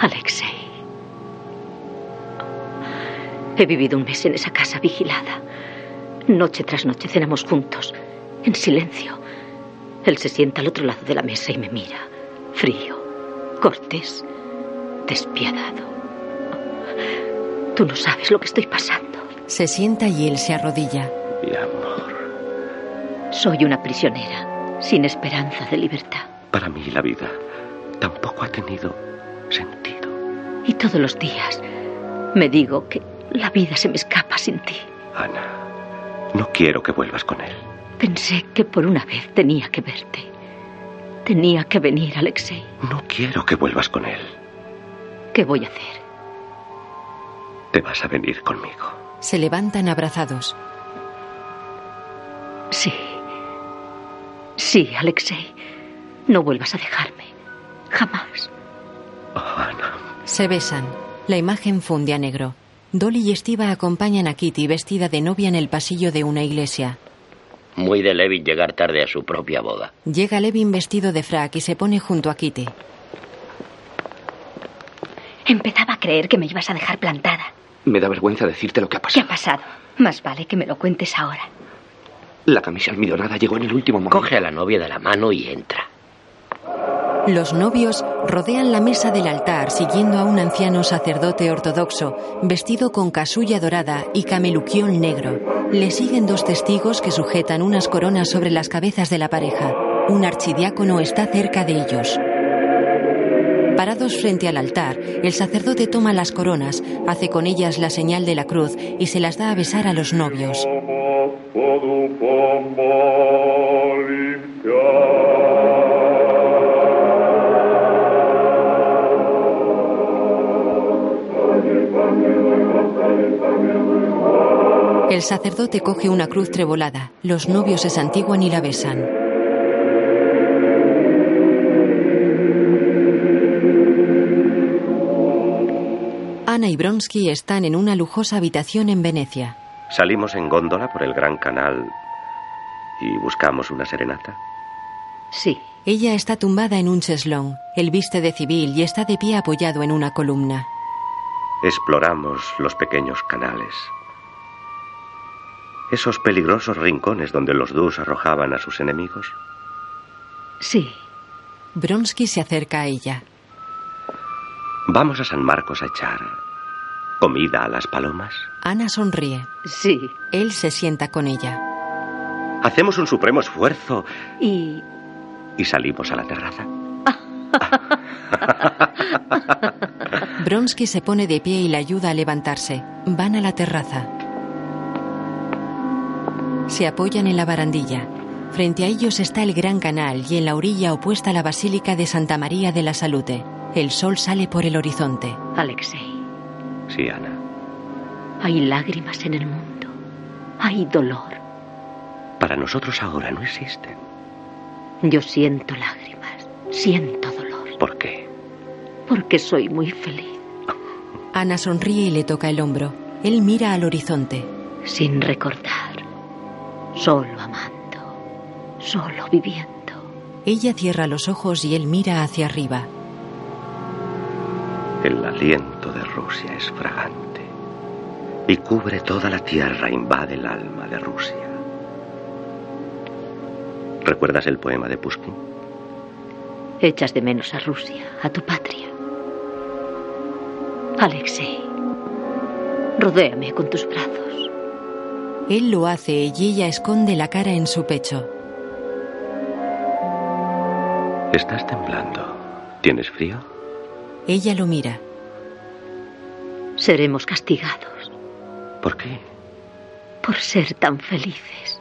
[SPEAKER 10] Alexei. He vivido un mes en esa casa vigilada. Noche tras noche cenamos juntos, en silencio. Él se sienta al otro lado de la mesa y me mira, frío, cortés, despiadado. Tú no sabes lo que estoy pasando.
[SPEAKER 3] Se sienta y él se arrodilla.
[SPEAKER 10] Soy una prisionera, sin esperanza de libertad.
[SPEAKER 4] Para mí la vida tampoco ha tenido sentido.
[SPEAKER 10] Y todos los días me digo que la vida se me escapa sin ti.
[SPEAKER 4] Ana, no quiero que vuelvas con él.
[SPEAKER 10] Pensé que por una vez tenía que verte. Tenía que venir, Alexei.
[SPEAKER 4] No quiero que vuelvas con él.
[SPEAKER 10] ¿Qué voy a hacer?
[SPEAKER 4] Te vas a venir conmigo.
[SPEAKER 3] Se levantan abrazados.
[SPEAKER 10] Sí. Sí, Alexei. No vuelvas a dejarme. Jamás.
[SPEAKER 3] Se besan. La imagen funde a negro. Dolly y Estiva acompañan a Kitty vestida de novia en el pasillo de una iglesia.
[SPEAKER 5] Muy de Levin llegar tarde a su propia boda.
[SPEAKER 3] Llega Levin vestido de frac y se pone junto a Kitty.
[SPEAKER 8] Empezaba a creer que me ibas a dejar plantada.
[SPEAKER 12] Me da vergüenza decirte lo que ha
[SPEAKER 8] ¿Qué
[SPEAKER 12] pasado.
[SPEAKER 8] ha pasado? Más vale que me lo cuentes ahora.
[SPEAKER 12] La camisa almidonada llegó en el último momento.
[SPEAKER 5] Coge a la novia de la mano y entra.
[SPEAKER 3] Los novios rodean la mesa del altar siguiendo a un anciano sacerdote ortodoxo vestido con casulla dorada y cameluquión negro. Le siguen dos testigos que sujetan unas coronas sobre las cabezas de la pareja. Un archidiácono está cerca de ellos. Parados frente al altar, el sacerdote toma las coronas, hace con ellas la señal de la cruz y se las da a besar a los novios. El sacerdote coge una cruz trebolada. Los novios se santiguan y la besan. Ana y Bronsky están en una lujosa habitación en Venecia.
[SPEAKER 4] Salimos en góndola por el gran canal y buscamos una serenata.
[SPEAKER 3] Sí. Ella está tumbada en un cheslón. Él viste de civil y está de pie apoyado en una columna.
[SPEAKER 4] Exploramos los pequeños canales. Esos peligrosos rincones donde los dus arrojaban a sus enemigos.
[SPEAKER 3] Sí. Bronsky se acerca a ella.
[SPEAKER 4] Vamos a San Marcos a echar comida a las palomas.
[SPEAKER 3] Ana sonríe. Sí. Él se sienta con ella.
[SPEAKER 4] Hacemos un supremo esfuerzo
[SPEAKER 10] Y
[SPEAKER 4] y salimos a la terraza.
[SPEAKER 3] Bronsky se pone de pie y la ayuda a levantarse. Van a la terraza. Se apoyan en la barandilla. Frente a ellos está el gran canal y en la orilla opuesta la Basílica de Santa María de la Salute. El sol sale por el horizonte.
[SPEAKER 10] Alexei,
[SPEAKER 4] Sí, Ana.
[SPEAKER 10] hay lágrimas en el mundo. Hay dolor.
[SPEAKER 4] Para nosotros ahora no existen.
[SPEAKER 10] Yo siento lágrimas. Siento dolor.
[SPEAKER 4] ¿Por qué?
[SPEAKER 10] Porque soy muy feliz.
[SPEAKER 3] Ana sonríe y le toca el hombro. Él mira al horizonte.
[SPEAKER 10] Sin recordar. Solo amando. Solo viviendo.
[SPEAKER 3] Ella cierra los ojos y él mira hacia arriba.
[SPEAKER 4] El aliento de Rusia es fragante y cubre toda la tierra, invade el alma de Rusia. ¿Recuerdas el poema de Pushkin?
[SPEAKER 10] Echas de menos a Rusia, a tu patria. Alexei, rodéame con tus brazos.
[SPEAKER 3] Él lo hace y ella esconde la cara en su pecho.
[SPEAKER 4] Estás temblando. ¿Tienes frío?
[SPEAKER 3] Ella lo mira.
[SPEAKER 10] Seremos castigados
[SPEAKER 4] ¿Por qué?
[SPEAKER 10] por ser tan felices.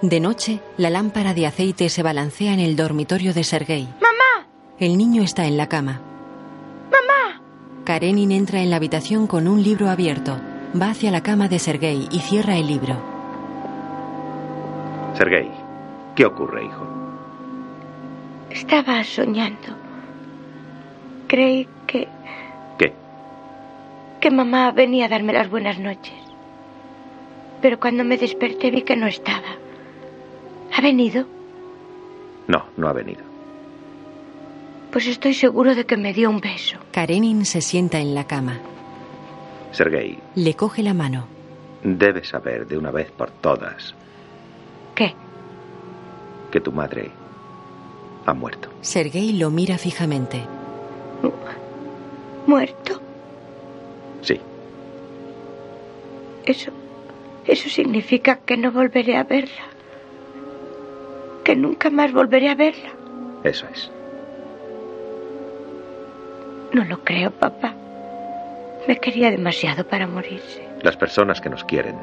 [SPEAKER 3] De noche, la lámpara de aceite se balancea en el dormitorio de Sergei.
[SPEAKER 10] ¡Mamá!
[SPEAKER 3] El niño está en la cama. ¡Mamá! Karenin entra en la habitación con un libro abierto. Va hacia la cama de Sergei y cierra el libro.
[SPEAKER 16] Sergei, ¿qué ocurre, hijo?
[SPEAKER 14] Estaba soñando. Creí que...
[SPEAKER 16] ¿Qué?
[SPEAKER 14] que mamá venía a darme las buenas noches. Pero cuando me desperté vi que no estaba. ¿Ha venido?
[SPEAKER 16] No, no ha venido.
[SPEAKER 14] Pues estoy seguro de que me dio un beso.
[SPEAKER 3] Karenin se sienta en la cama.
[SPEAKER 16] Sergei,
[SPEAKER 3] Le coge la mano.
[SPEAKER 16] debes saber de una vez por todas.
[SPEAKER 14] ¿Qué?
[SPEAKER 16] Que tu madre ha muerto.
[SPEAKER 3] Sergei lo mira fijamente.
[SPEAKER 14] ¿Muerto?
[SPEAKER 16] Sí.
[SPEAKER 14] Eso... eso significa que no volveré a verla. Que nunca más volveré a verla.
[SPEAKER 17] Eso es.
[SPEAKER 14] No lo creo, papá. Me quería demasiado para morirse.
[SPEAKER 17] Las personas que nos quieren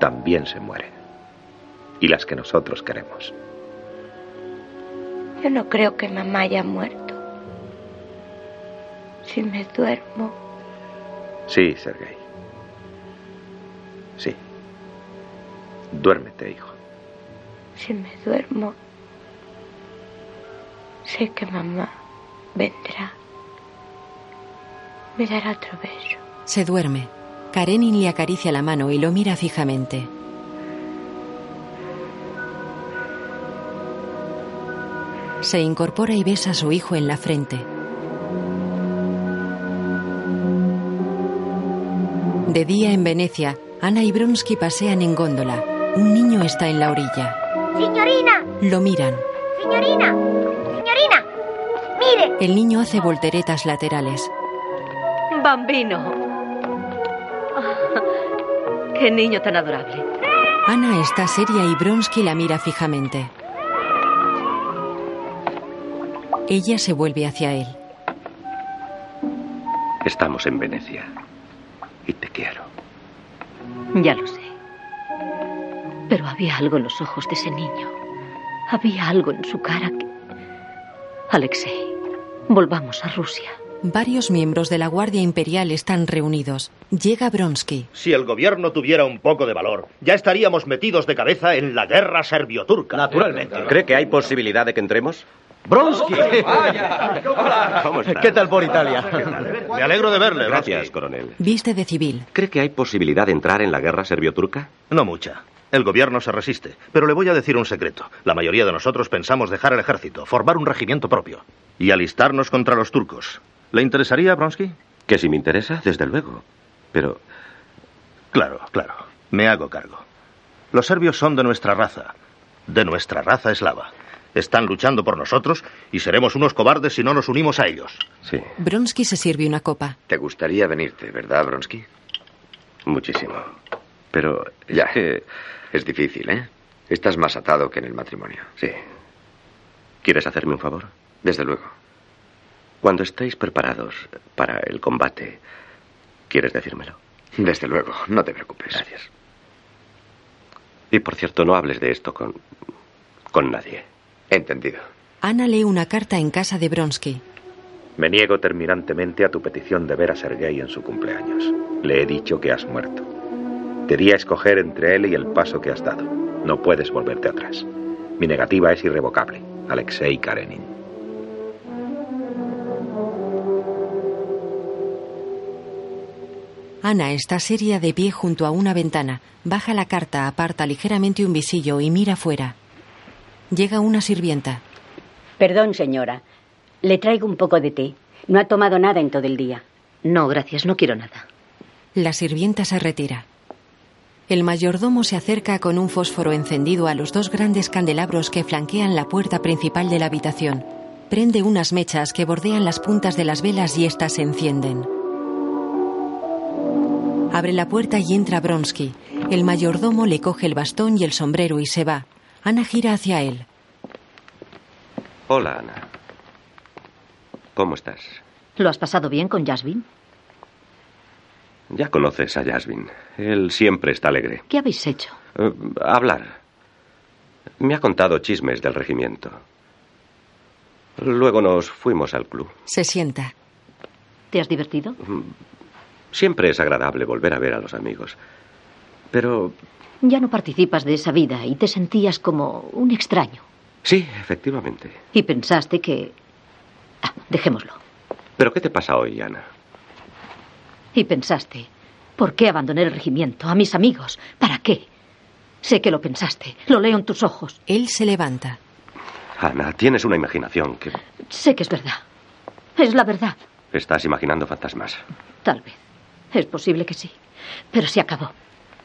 [SPEAKER 17] también se mueren. Y las que nosotros queremos.
[SPEAKER 14] Yo no creo que mamá haya muerto. Si me duermo,
[SPEAKER 17] Sí, Sergei. Sí. Duérmete, hijo.
[SPEAKER 14] si me duermo, sé que mamá vendrá. Me dará otro beso.
[SPEAKER 3] Se duerme. Karenin le acaricia la mano y lo mira fijamente. Se incorpora y besa a su hijo en la frente. De día en Venecia, Ana y Bronsky pasean en góndola. Un niño está en la orilla.
[SPEAKER 6] Señorina,
[SPEAKER 3] Lo miran.
[SPEAKER 6] señorina, señorina, mire.
[SPEAKER 3] El niño hace volteretas laterales.
[SPEAKER 7] Bambino. Ah, Qué niño tan adorable.
[SPEAKER 3] Ana está seria y Bronsky la mira fijamente. Ella se vuelve hacia él.
[SPEAKER 4] Estamos en Venecia. Y te quiero.
[SPEAKER 10] Ya lo sé. Pero había algo en los ojos de ese niño. Había algo en su cara que... Alexei, volvamos a Rusia.
[SPEAKER 3] Varios miembros de la Guardia Imperial están reunidos. Llega Bronsky.
[SPEAKER 16] Si el gobierno tuviera un poco de valor, ya estaríamos metidos de cabeza en la guerra serbio-turca. Naturalmente.
[SPEAKER 13] ¿Cree que hay posibilidad de que entremos?
[SPEAKER 16] ¡Bronsky!
[SPEAKER 13] ¿Cómo está?
[SPEAKER 16] ¿Qué tal por Italia? Me alegro de verle.
[SPEAKER 13] Gracias, coronel.
[SPEAKER 3] Viste de civil.
[SPEAKER 13] ¿Cree que hay posibilidad de entrar en la guerra serbio-turca?
[SPEAKER 16] No mucha. El gobierno se resiste. Pero le voy a decir un secreto. La mayoría de nosotros pensamos dejar el ejército, formar un regimiento propio y alistarnos contra los turcos. ¿Le interesaría, Bronsky?
[SPEAKER 4] Que si me interesa, desde luego. Pero
[SPEAKER 16] Claro, claro. Me hago cargo. Los serbios son de nuestra raza, de nuestra raza eslava. Están luchando por nosotros y seremos unos cobardes si no nos unimos a ellos.
[SPEAKER 4] Sí.
[SPEAKER 3] Bronsky se sirve una copa.
[SPEAKER 22] Te gustaría venirte, ¿verdad, Bronsky?
[SPEAKER 4] Muchísimo. Pero
[SPEAKER 22] ya. Es difícil, ¿eh? Estás más atado que en el matrimonio.
[SPEAKER 4] Sí. ¿Quieres hacerme un favor?
[SPEAKER 22] Desde luego.
[SPEAKER 4] Cuando estéis preparados para el combate, ¿quieres decírmelo?
[SPEAKER 22] Desde luego. No te preocupes.
[SPEAKER 4] Gracias. Y por cierto, no hables de esto con. con nadie.
[SPEAKER 22] Entendido.
[SPEAKER 3] Ana lee una carta en casa de Bronsky.
[SPEAKER 24] Me niego terminantemente a tu petición de ver a Sergei en su cumpleaños. Le he dicho que has muerto. Te di a escoger entre él y el paso que has dado. No puedes volverte atrás. Mi negativa es irrevocable. Alexei Karenin.
[SPEAKER 3] Ana está seria de pie junto a una ventana. Baja la carta, aparta ligeramente un visillo y mira fuera. Llega una sirvienta.
[SPEAKER 25] Perdón, señora. Le traigo un poco de té. No ha tomado nada en todo el día.
[SPEAKER 10] No, gracias, no quiero nada.
[SPEAKER 3] La sirvienta se retira. El mayordomo se acerca con un fósforo encendido a los dos grandes candelabros que flanquean la puerta principal de la habitación. Prende unas mechas que bordean las puntas de las velas y éstas se encienden. Abre la puerta y entra Bronsky. El mayordomo le coge el bastón y el sombrero y se va. Ana gira hacia él.
[SPEAKER 4] Hola, Ana. ¿Cómo estás?
[SPEAKER 10] ¿Lo has pasado bien con Jasmine?
[SPEAKER 4] Ya conoces a Jasmine. Él siempre está alegre.
[SPEAKER 10] ¿Qué habéis hecho?
[SPEAKER 4] Eh, hablar. Me ha contado chismes del regimiento. Luego nos fuimos al club.
[SPEAKER 3] Se sienta.
[SPEAKER 10] ¿Te has divertido?
[SPEAKER 13] Mm,
[SPEAKER 4] Siempre es agradable volver a ver a los amigos. Pero
[SPEAKER 10] Ya no participas de esa vida y te sentías como un extraño.
[SPEAKER 4] sí, efectivamente.
[SPEAKER 10] Y pensaste que... Ah, dejémoslo.
[SPEAKER 4] ¿Pero qué te pasa hoy, Ana?
[SPEAKER 10] Y pensaste, ¿por qué abandoné el regimiento? ¿A mis amigos? ¿Para qué? Sé que lo pensaste. Lo leo en tus ojos.
[SPEAKER 3] Él se levanta.
[SPEAKER 4] Ana, tienes una imaginación que
[SPEAKER 10] Sé que es verdad. Es la verdad.
[SPEAKER 4] estás imaginando fantasmas.
[SPEAKER 10] Tal vez. Es posible que sí. Pero se acabó.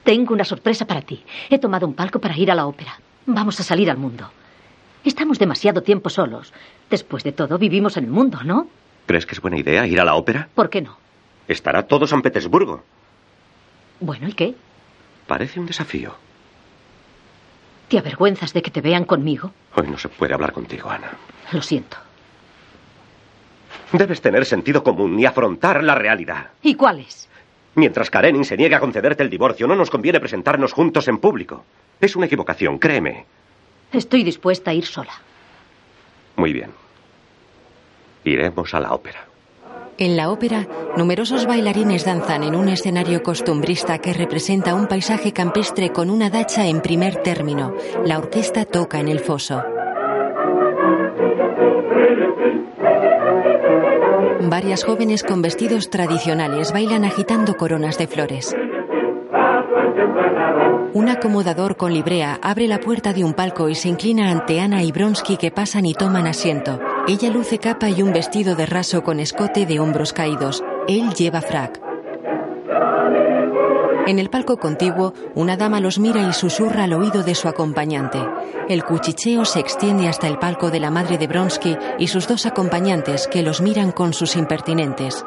[SPEAKER 10] Tengo una sorpresa para ti. He tomado un palco para ir a la ópera. Vamos a salir al mundo. Estamos demasiado tiempo solos. Después de todo, vivimos en el mundo, ¿no?
[SPEAKER 4] ¿Crees que es buena idea ir a la ópera?
[SPEAKER 10] ¿Por qué no?
[SPEAKER 4] Estará todo San Petersburgo.
[SPEAKER 10] Bueno, ¿y qué?
[SPEAKER 4] Parece un desafío.
[SPEAKER 10] ¿Te avergüenzas de que te vean conmigo?
[SPEAKER 13] Hoy no se puede hablar contigo, Ana.
[SPEAKER 10] Lo siento.
[SPEAKER 13] Debes tener sentido común y afrontar la realidad.
[SPEAKER 10] ¿Y cuáles?
[SPEAKER 13] Mientras Karenin se niega a concederte el divorcio, no nos conviene presentarnos juntos en público. Es una equivocación, créeme.
[SPEAKER 10] Estoy dispuesta a ir sola.
[SPEAKER 13] Muy bien. Iremos a la ópera.
[SPEAKER 3] En la ópera, numerosos bailarines danzan en un escenario costumbrista que representa un paisaje campestre con una dacha en primer término. La orquesta toca en el foso. Varias jóvenes con vestidos tradicionales bailan agitando coronas de flores. Un acomodador con librea abre la puerta de un palco y se inclina ante Ana y Bronsky que pasan y toman asiento. Ella luce capa y un vestido de raso con escote de hombros caídos. Él lleva frac. En el palco contiguo, una dama los mira y susurra al oído de su acompañante. El cuchicheo se extiende hasta el palco de la madre de Bronsky y sus dos acompañantes que los miran con sus impertinentes.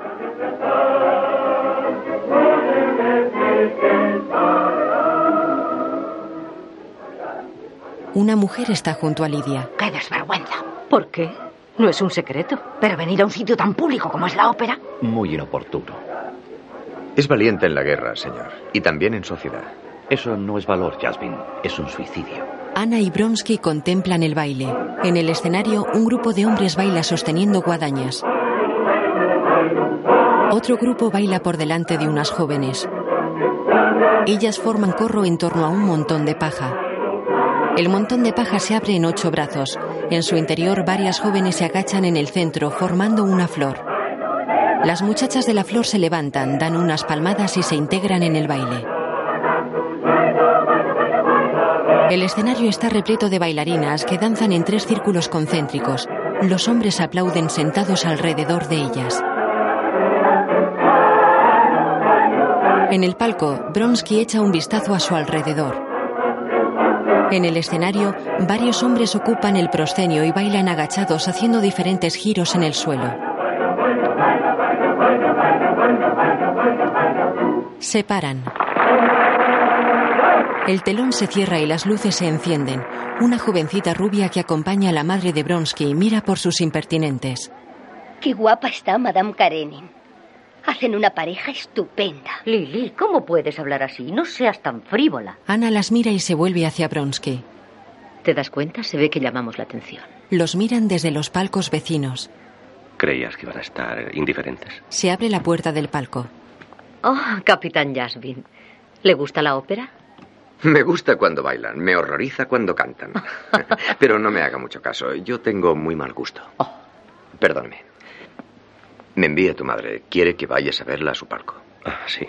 [SPEAKER 3] Una mujer está junto a Lidia.
[SPEAKER 1] ¡Qué desvergüenza!
[SPEAKER 10] ¿Por qué? No es un secreto.
[SPEAKER 1] Pero venir a un sitio tan público como es la ópera.
[SPEAKER 22] Muy inoportuno. Es valiente en la guerra, señor. Y también en sociedad.
[SPEAKER 5] Eso no es valor, Jasmine. Es un suicidio.
[SPEAKER 3] Ana y Bronsky contemplan el baile. En el escenario, un grupo de hombres baila sosteniendo guadañas. Otro grupo baila por delante de unas jóvenes. Ellas forman corro en torno a un montón de paja. El montón de paja se abre en ocho brazos. En su interior varias jóvenes se agachan en el centro formando una flor. Las muchachas de la flor se levantan, dan unas palmadas y se integran en el baile. El escenario está repleto de bailarinas que danzan en tres círculos concéntricos. Los hombres aplauden sentados alrededor de ellas. En el palco, Bronsky echa un vistazo a su alrededor. En el escenario, varios hombres ocupan el proscenio y bailan agachados haciendo diferentes giros en el suelo. Se paran. El telón se cierra y las luces se encienden. Una jovencita rubia que acompaña a la madre de Bronsky mira por sus impertinentes.
[SPEAKER 11] Qué guapa está Madame Karenin. Hacen una pareja estupenda.
[SPEAKER 10] Lili, ¿cómo puedes hablar así? No seas tan frívola.
[SPEAKER 3] Ana las mira y se vuelve hacia Bronsky.
[SPEAKER 10] ¿Te das cuenta? Se ve que llamamos la atención.
[SPEAKER 3] Los miran desde los palcos vecinos.
[SPEAKER 13] ¿Creías que iban a estar indiferentes?
[SPEAKER 3] Se abre la puerta del palco.
[SPEAKER 10] Oh, Capitán Jasmine. ¿Le gusta la ópera?
[SPEAKER 22] Me gusta cuando bailan, me horroriza cuando cantan. Pero no me haga mucho caso, yo tengo muy mal gusto.
[SPEAKER 10] Oh.
[SPEAKER 22] Perdóname. Me envía tu madre. Quiere que vayas a verla a su palco.
[SPEAKER 13] Ah, sí.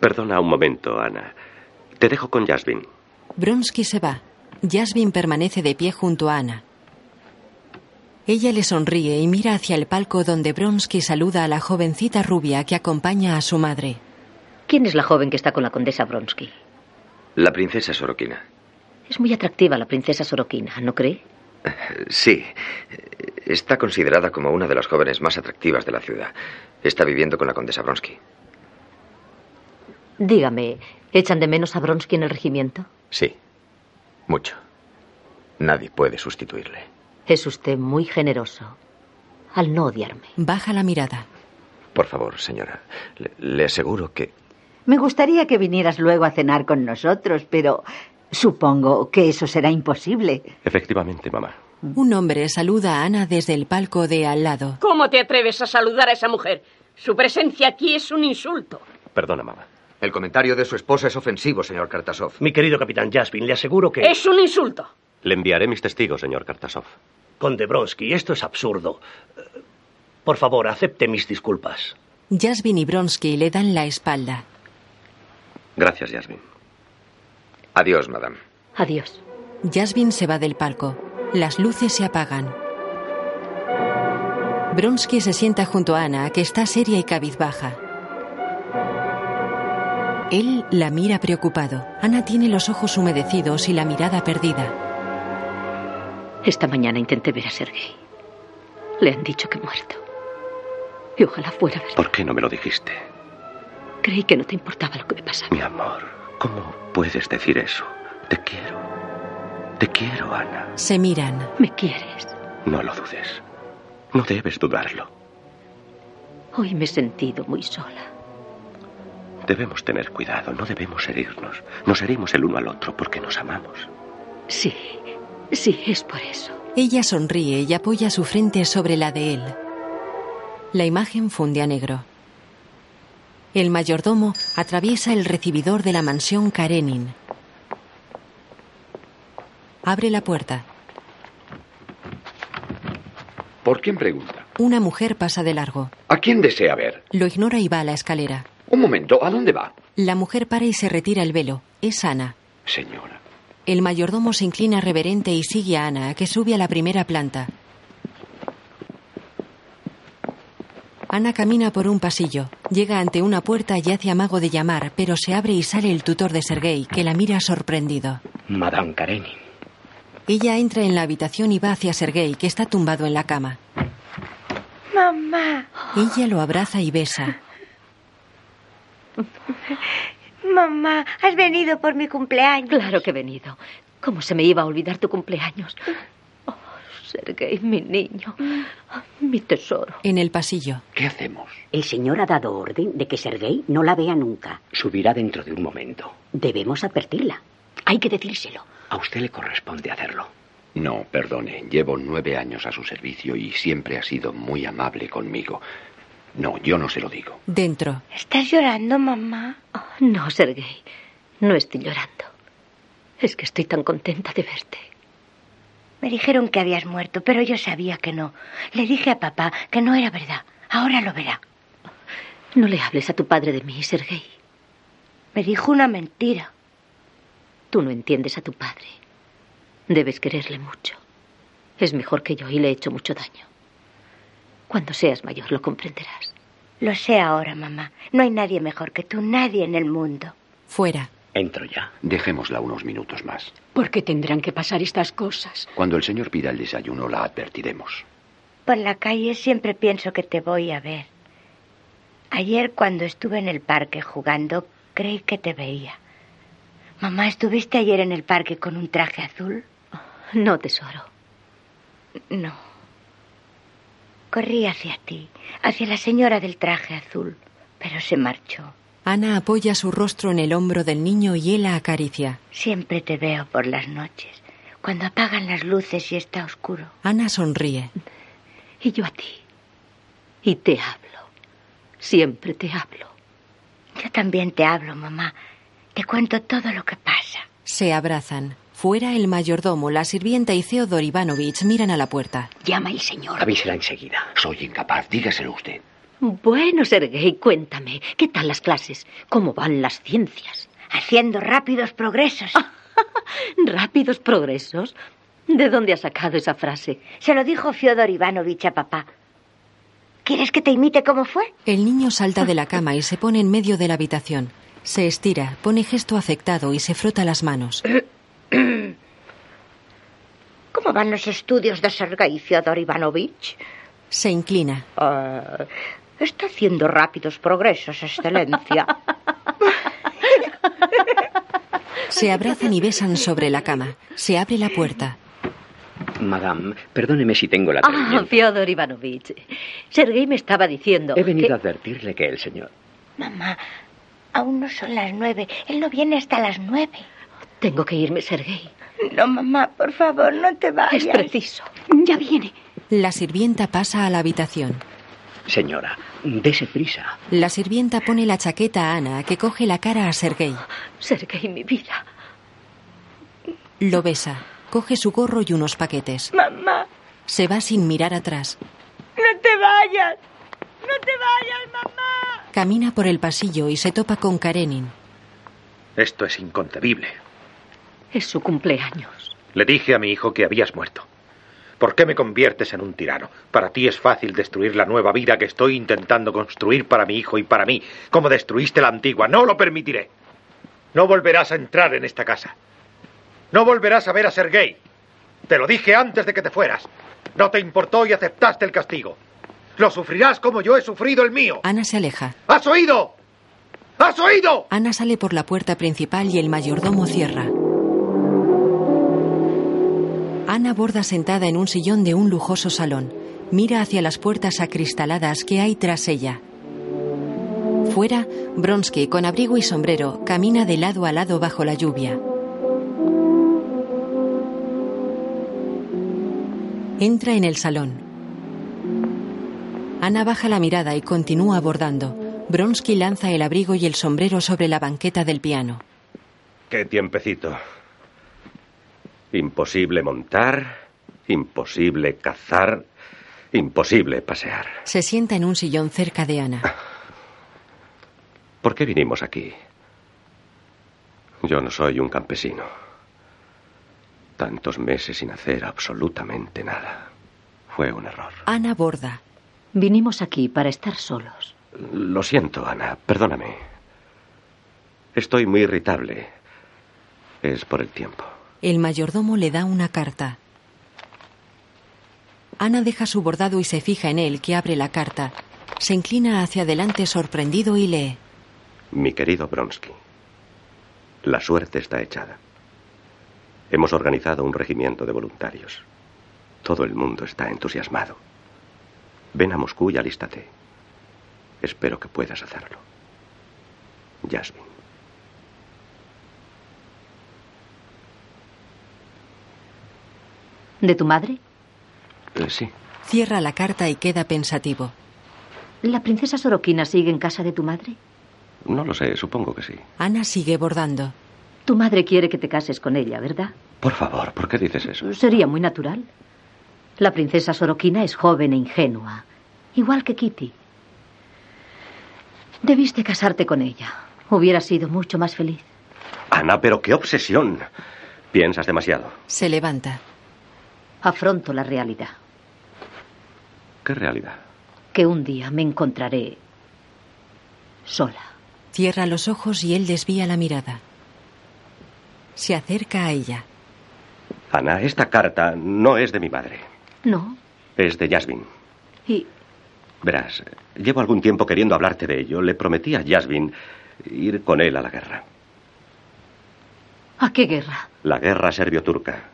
[SPEAKER 13] Perdona un momento, Ana. Te dejo con Jasmine.
[SPEAKER 3] Bronsky se va. Jasmine permanece de pie junto a Ana. Ella le sonríe y mira hacia el palco donde Bronsky saluda a la jovencita rubia que acompaña a su madre.
[SPEAKER 10] ¿Quién es la joven que está con la condesa Bronsky?
[SPEAKER 22] La princesa Sorokina.
[SPEAKER 10] Es muy atractiva la princesa Sorokina, ¿no cree?
[SPEAKER 22] Sí. Está considerada como una de las jóvenes más atractivas de la ciudad. Está viviendo con la condesa Bronsky.
[SPEAKER 10] Dígame, ¿echan de menos a Bronsky en el regimiento?
[SPEAKER 22] Sí. Mucho. Nadie puede sustituirle.
[SPEAKER 10] Es usted muy generoso. Al no odiarme.
[SPEAKER 3] Baja la mirada.
[SPEAKER 22] Por favor, señora. Le, le aseguro que...
[SPEAKER 9] Me gustaría que vinieras luego a cenar con nosotros, pero Supongo que eso será imposible.
[SPEAKER 13] Efectivamente, mamá.
[SPEAKER 3] Un hombre saluda a Ana desde el palco de al lado.
[SPEAKER 21] ¿Cómo te atreves a saludar a esa mujer? Su presencia aquí es un insulto.
[SPEAKER 13] Perdona, mamá.
[SPEAKER 22] El comentario de su esposa es ofensivo, señor Kartasov.
[SPEAKER 2] Mi querido capitán Jasmine, le aseguro que...
[SPEAKER 21] Es un insulto.
[SPEAKER 13] Le enviaré mis testigos, señor Kartasov.
[SPEAKER 2] Conde Bronsky, esto es absurdo. Por favor, acepte mis disculpas.
[SPEAKER 3] Jasmine y Bronsky le dan la espalda.
[SPEAKER 13] Gracias, Jasmine.
[SPEAKER 22] Adiós, madame.
[SPEAKER 10] Adiós.
[SPEAKER 3] Jasmine se va del palco. Las luces se apagan. Bronsky se sienta junto a Ana, que está seria y cabizbaja. Él la mira preocupado. Ana tiene los ojos humedecidos y la mirada perdida.
[SPEAKER 10] Esta mañana intenté ver a Sergei. Le han dicho que muerto. Y ojalá fuera verdad.
[SPEAKER 13] ¿Por qué no me lo dijiste?
[SPEAKER 10] Creí que no te importaba lo que me pasaba.
[SPEAKER 13] Mi amor, ¿cómo puedes decir eso?
[SPEAKER 17] Te quiero. Te quiero, Ana.
[SPEAKER 3] Se miran.
[SPEAKER 26] ¿Me quieres?
[SPEAKER 17] No lo dudes. No debes dudarlo.
[SPEAKER 10] Hoy me he sentido muy sola.
[SPEAKER 17] Debemos tener cuidado, no debemos herirnos. Nos herimos el uno al otro porque nos amamos.
[SPEAKER 10] Sí, sí, es por eso.
[SPEAKER 3] Ella sonríe y apoya su frente sobre la de él. La imagen funde a negro. El mayordomo atraviesa el recibidor de la mansión Karenin. Abre la puerta.
[SPEAKER 15] ¿Por quién pregunta?
[SPEAKER 3] Una mujer pasa de largo.
[SPEAKER 15] ¿A quién desea ver?
[SPEAKER 3] Lo ignora y va a la escalera.
[SPEAKER 15] Un momento, ¿a dónde va?
[SPEAKER 3] La mujer para y se retira el velo. Es Ana.
[SPEAKER 15] Señora.
[SPEAKER 3] El mayordomo se inclina reverente y sigue a Ana, que sube a la primera planta. Ana camina por un pasillo, llega ante una puerta y hace amago de llamar, pero se abre y sale el tutor de Sergei, que la mira sorprendido.
[SPEAKER 6] Madame Karenin.
[SPEAKER 3] Ella entra en la habitación y va hacia Sergei, que está tumbado en la cama.
[SPEAKER 18] Mamá.
[SPEAKER 3] Ella lo abraza y besa.
[SPEAKER 18] Mamá, has venido por mi cumpleaños.
[SPEAKER 10] Claro que he venido. ¿Cómo se me iba a olvidar tu cumpleaños? Oh, Sergei, mi niño, Oh, mi tesoro.
[SPEAKER 3] En el pasillo.
[SPEAKER 6] ¿Qué hacemos?
[SPEAKER 27] El señor ha dado orden de que Sergei no la vea nunca.
[SPEAKER 6] Subirá dentro de un momento.
[SPEAKER 27] Debemos advertirla. Hay que decírselo.
[SPEAKER 6] A usted le corresponde hacerlo.
[SPEAKER 15] No, perdone. Llevo nueve años a su servicio y siempre ha sido muy amable conmigo. No, yo no se lo digo.
[SPEAKER 3] Dentro.
[SPEAKER 18] ¿Estás llorando, mamá?
[SPEAKER 10] Oh, no, Sergei. No estoy llorando. Es que estoy tan contenta de verte.
[SPEAKER 18] Me dijeron que habías muerto, pero yo sabía que no. Le dije a papá que no era verdad. Ahora lo verá.
[SPEAKER 10] No le hables a tu padre de mí, Sergei.
[SPEAKER 18] Me dijo una mentira.
[SPEAKER 10] Tú no entiendes a tu padre. Debes quererle mucho. Es mejor que yo y le he hecho mucho daño. Cuando seas mayor lo comprenderás.
[SPEAKER 18] Lo sé ahora, mamá. No hay nadie mejor que tú, nadie en el mundo.
[SPEAKER 3] Fuera.
[SPEAKER 6] Entro ya.
[SPEAKER 15] Dejémosla unos minutos más.
[SPEAKER 27] ¿Por qué tendrán que pasar estas cosas?
[SPEAKER 15] Cuando el señor pida el desayuno la advertiremos.
[SPEAKER 18] Por la calle siempre pienso que te voy a ver. Ayer cuando estuve en el parque jugando, creí que te veía. Mamá, ¿estuviste ayer en el parque con un traje azul?
[SPEAKER 10] No, tesoro.
[SPEAKER 18] No. Corrí hacia ti, hacia la señora del traje azul, pero se marchó.
[SPEAKER 3] Ana apoya su rostro en el hombro del niño y él la acaricia.
[SPEAKER 18] Siempre te veo por las noches, cuando apagan las luces y está oscuro.
[SPEAKER 3] Ana sonríe.
[SPEAKER 10] Y yo a ti. Y te hablo. Siempre te hablo.
[SPEAKER 18] Yo también te hablo, mamá. Te cuento todo lo que pasa.
[SPEAKER 3] Se abrazan. Fuera el mayordomo, la sirvienta y Theodor Ivanovich miran a la puerta.
[SPEAKER 27] Llama el señor.
[SPEAKER 6] Avísela enseguida.
[SPEAKER 15] Soy incapaz, dígaselo usted.
[SPEAKER 10] Bueno, Sergei, cuéntame, ¿qué tal las clases? ¿Cómo van las ciencias? Ah,
[SPEAKER 18] Haciendo rápidos progresos.
[SPEAKER 10] ¿Rápidos progresos? ¿De dónde ha sacado esa frase?
[SPEAKER 18] Se lo dijo Fyodor Ivanovich a papá. ¿Quieres que te imite cómo fue?
[SPEAKER 3] El niño salta de la cama y se pone en medio de la habitación. Se estira, pone gesto afectado y se frota las manos.
[SPEAKER 18] ¿Cómo van los estudios de Sergei Fyodor Ivanovich?
[SPEAKER 3] Se inclina.
[SPEAKER 18] Uh, está haciendo rápidos progresos, Excelencia.
[SPEAKER 3] Se abrazan y besan sobre la cama. Se abre la puerta.
[SPEAKER 6] Madame, perdóneme si tengo la
[SPEAKER 10] Ah, oh, Fyodor Ivanovich. Sergei me estaba diciendo.
[SPEAKER 6] He venido
[SPEAKER 10] que...
[SPEAKER 6] a advertirle que el señor.
[SPEAKER 18] Mamá, aún no son las nueve. Él no viene hasta las nueve.
[SPEAKER 10] Tengo que irme, Sergei.
[SPEAKER 18] No, mamá, por favor, no te vayas.
[SPEAKER 10] Es preciso.
[SPEAKER 27] Ya viene.
[SPEAKER 3] La sirvienta pasa a la habitación.
[SPEAKER 6] Señora, dese prisa.
[SPEAKER 3] La sirvienta pone la chaqueta a Ana, que coge la cara a Sergei.
[SPEAKER 10] Sergei, mi vida.
[SPEAKER 3] Lo besa, coge su gorro y unos paquetes.
[SPEAKER 18] Mamá.
[SPEAKER 3] Se va sin mirar atrás.
[SPEAKER 18] No te vayas. No te vayas, mamá.
[SPEAKER 3] Camina por el pasillo y se topa con Karenin.
[SPEAKER 15] Esto es inconcebible.
[SPEAKER 10] Es su cumpleaños.
[SPEAKER 15] Le dije a mi hijo que habías muerto.
[SPEAKER 17] ¿Por qué me conviertes en un tirano? Para ti es fácil destruir la nueva vida que estoy intentando construir para mi hijo y para mí, como destruiste la antigua. No lo permitiré. No volverás a entrar en esta casa. No volverás a ver a Sergei. Te lo dije antes de que te fueras. No te importó y aceptaste el castigo. Lo sufrirás como yo he sufrido el mío.
[SPEAKER 3] Ana se aleja.
[SPEAKER 17] ¿Has oído? ¿Has oído?
[SPEAKER 3] Ana sale por la puerta principal y el mayordomo cierra. Ana borda sentada en un sillón de un lujoso salón. Mira hacia las puertas acristaladas que hay tras ella. Fuera, Bronsky, con abrigo y sombrero, camina de lado a lado bajo la lluvia. Entra en el salón. Ana baja la mirada y continúa abordando. Bronsky lanza el abrigo y el sombrero sobre la banqueta del piano.
[SPEAKER 4] Qué tiempecito. Imposible montar, imposible cazar, imposible pasear.
[SPEAKER 3] Se sienta en un sillón cerca de Ana.
[SPEAKER 4] ¿Por qué vinimos aquí? Yo no soy un campesino. Tantos meses sin hacer absolutamente nada. Fue un error.
[SPEAKER 3] Ana borda.
[SPEAKER 10] Vinimos aquí para estar solos.
[SPEAKER 4] Lo siento, Ana, perdóname. Estoy muy irritable. Es por el tiempo.
[SPEAKER 3] El mayordomo le da una carta. Ana deja su bordado y se fija en él, que abre la carta. Se inclina hacia adelante sorprendido y lee.
[SPEAKER 4] Mi querido Bronsky, la suerte está echada. Hemos organizado un regimiento de voluntarios. Todo el mundo está entusiasmado. Ven a Moscú y alístate. Espero que puedas hacerlo. Jasmine.
[SPEAKER 10] ¿De tu madre?
[SPEAKER 4] Eh, sí.
[SPEAKER 3] Cierra la carta y queda pensativo.
[SPEAKER 10] ¿La princesa Sorokina sigue en casa de tu madre?
[SPEAKER 4] No lo sé, supongo que sí.
[SPEAKER 3] Ana sigue bordando.
[SPEAKER 10] Tu madre quiere que te cases con ella, ¿verdad?
[SPEAKER 4] Por favor, ¿por qué dices eso?
[SPEAKER 10] Sería muy natural. La princesa Sorokina es joven e ingenua, igual que Kitty. Debiste casarte con ella. Hubiera sido mucho más feliz.
[SPEAKER 4] Ana, pero qué obsesión. Piensas demasiado.
[SPEAKER 3] Se levanta.
[SPEAKER 10] Afronto la realidad.
[SPEAKER 4] ¿Qué realidad?
[SPEAKER 10] Que un día me encontraré sola.
[SPEAKER 3] Cierra los ojos y él desvía la mirada. Se acerca a ella.
[SPEAKER 4] Ana, esta carta no es de mi madre.
[SPEAKER 10] No.
[SPEAKER 4] Es de Jasmine.
[SPEAKER 10] Y
[SPEAKER 4] Verás, llevo algún tiempo queriendo hablarte de ello. Le prometí a Jasmine ir con él a la guerra.
[SPEAKER 10] ¿a qué guerra?
[SPEAKER 4] La guerra serbio-turca.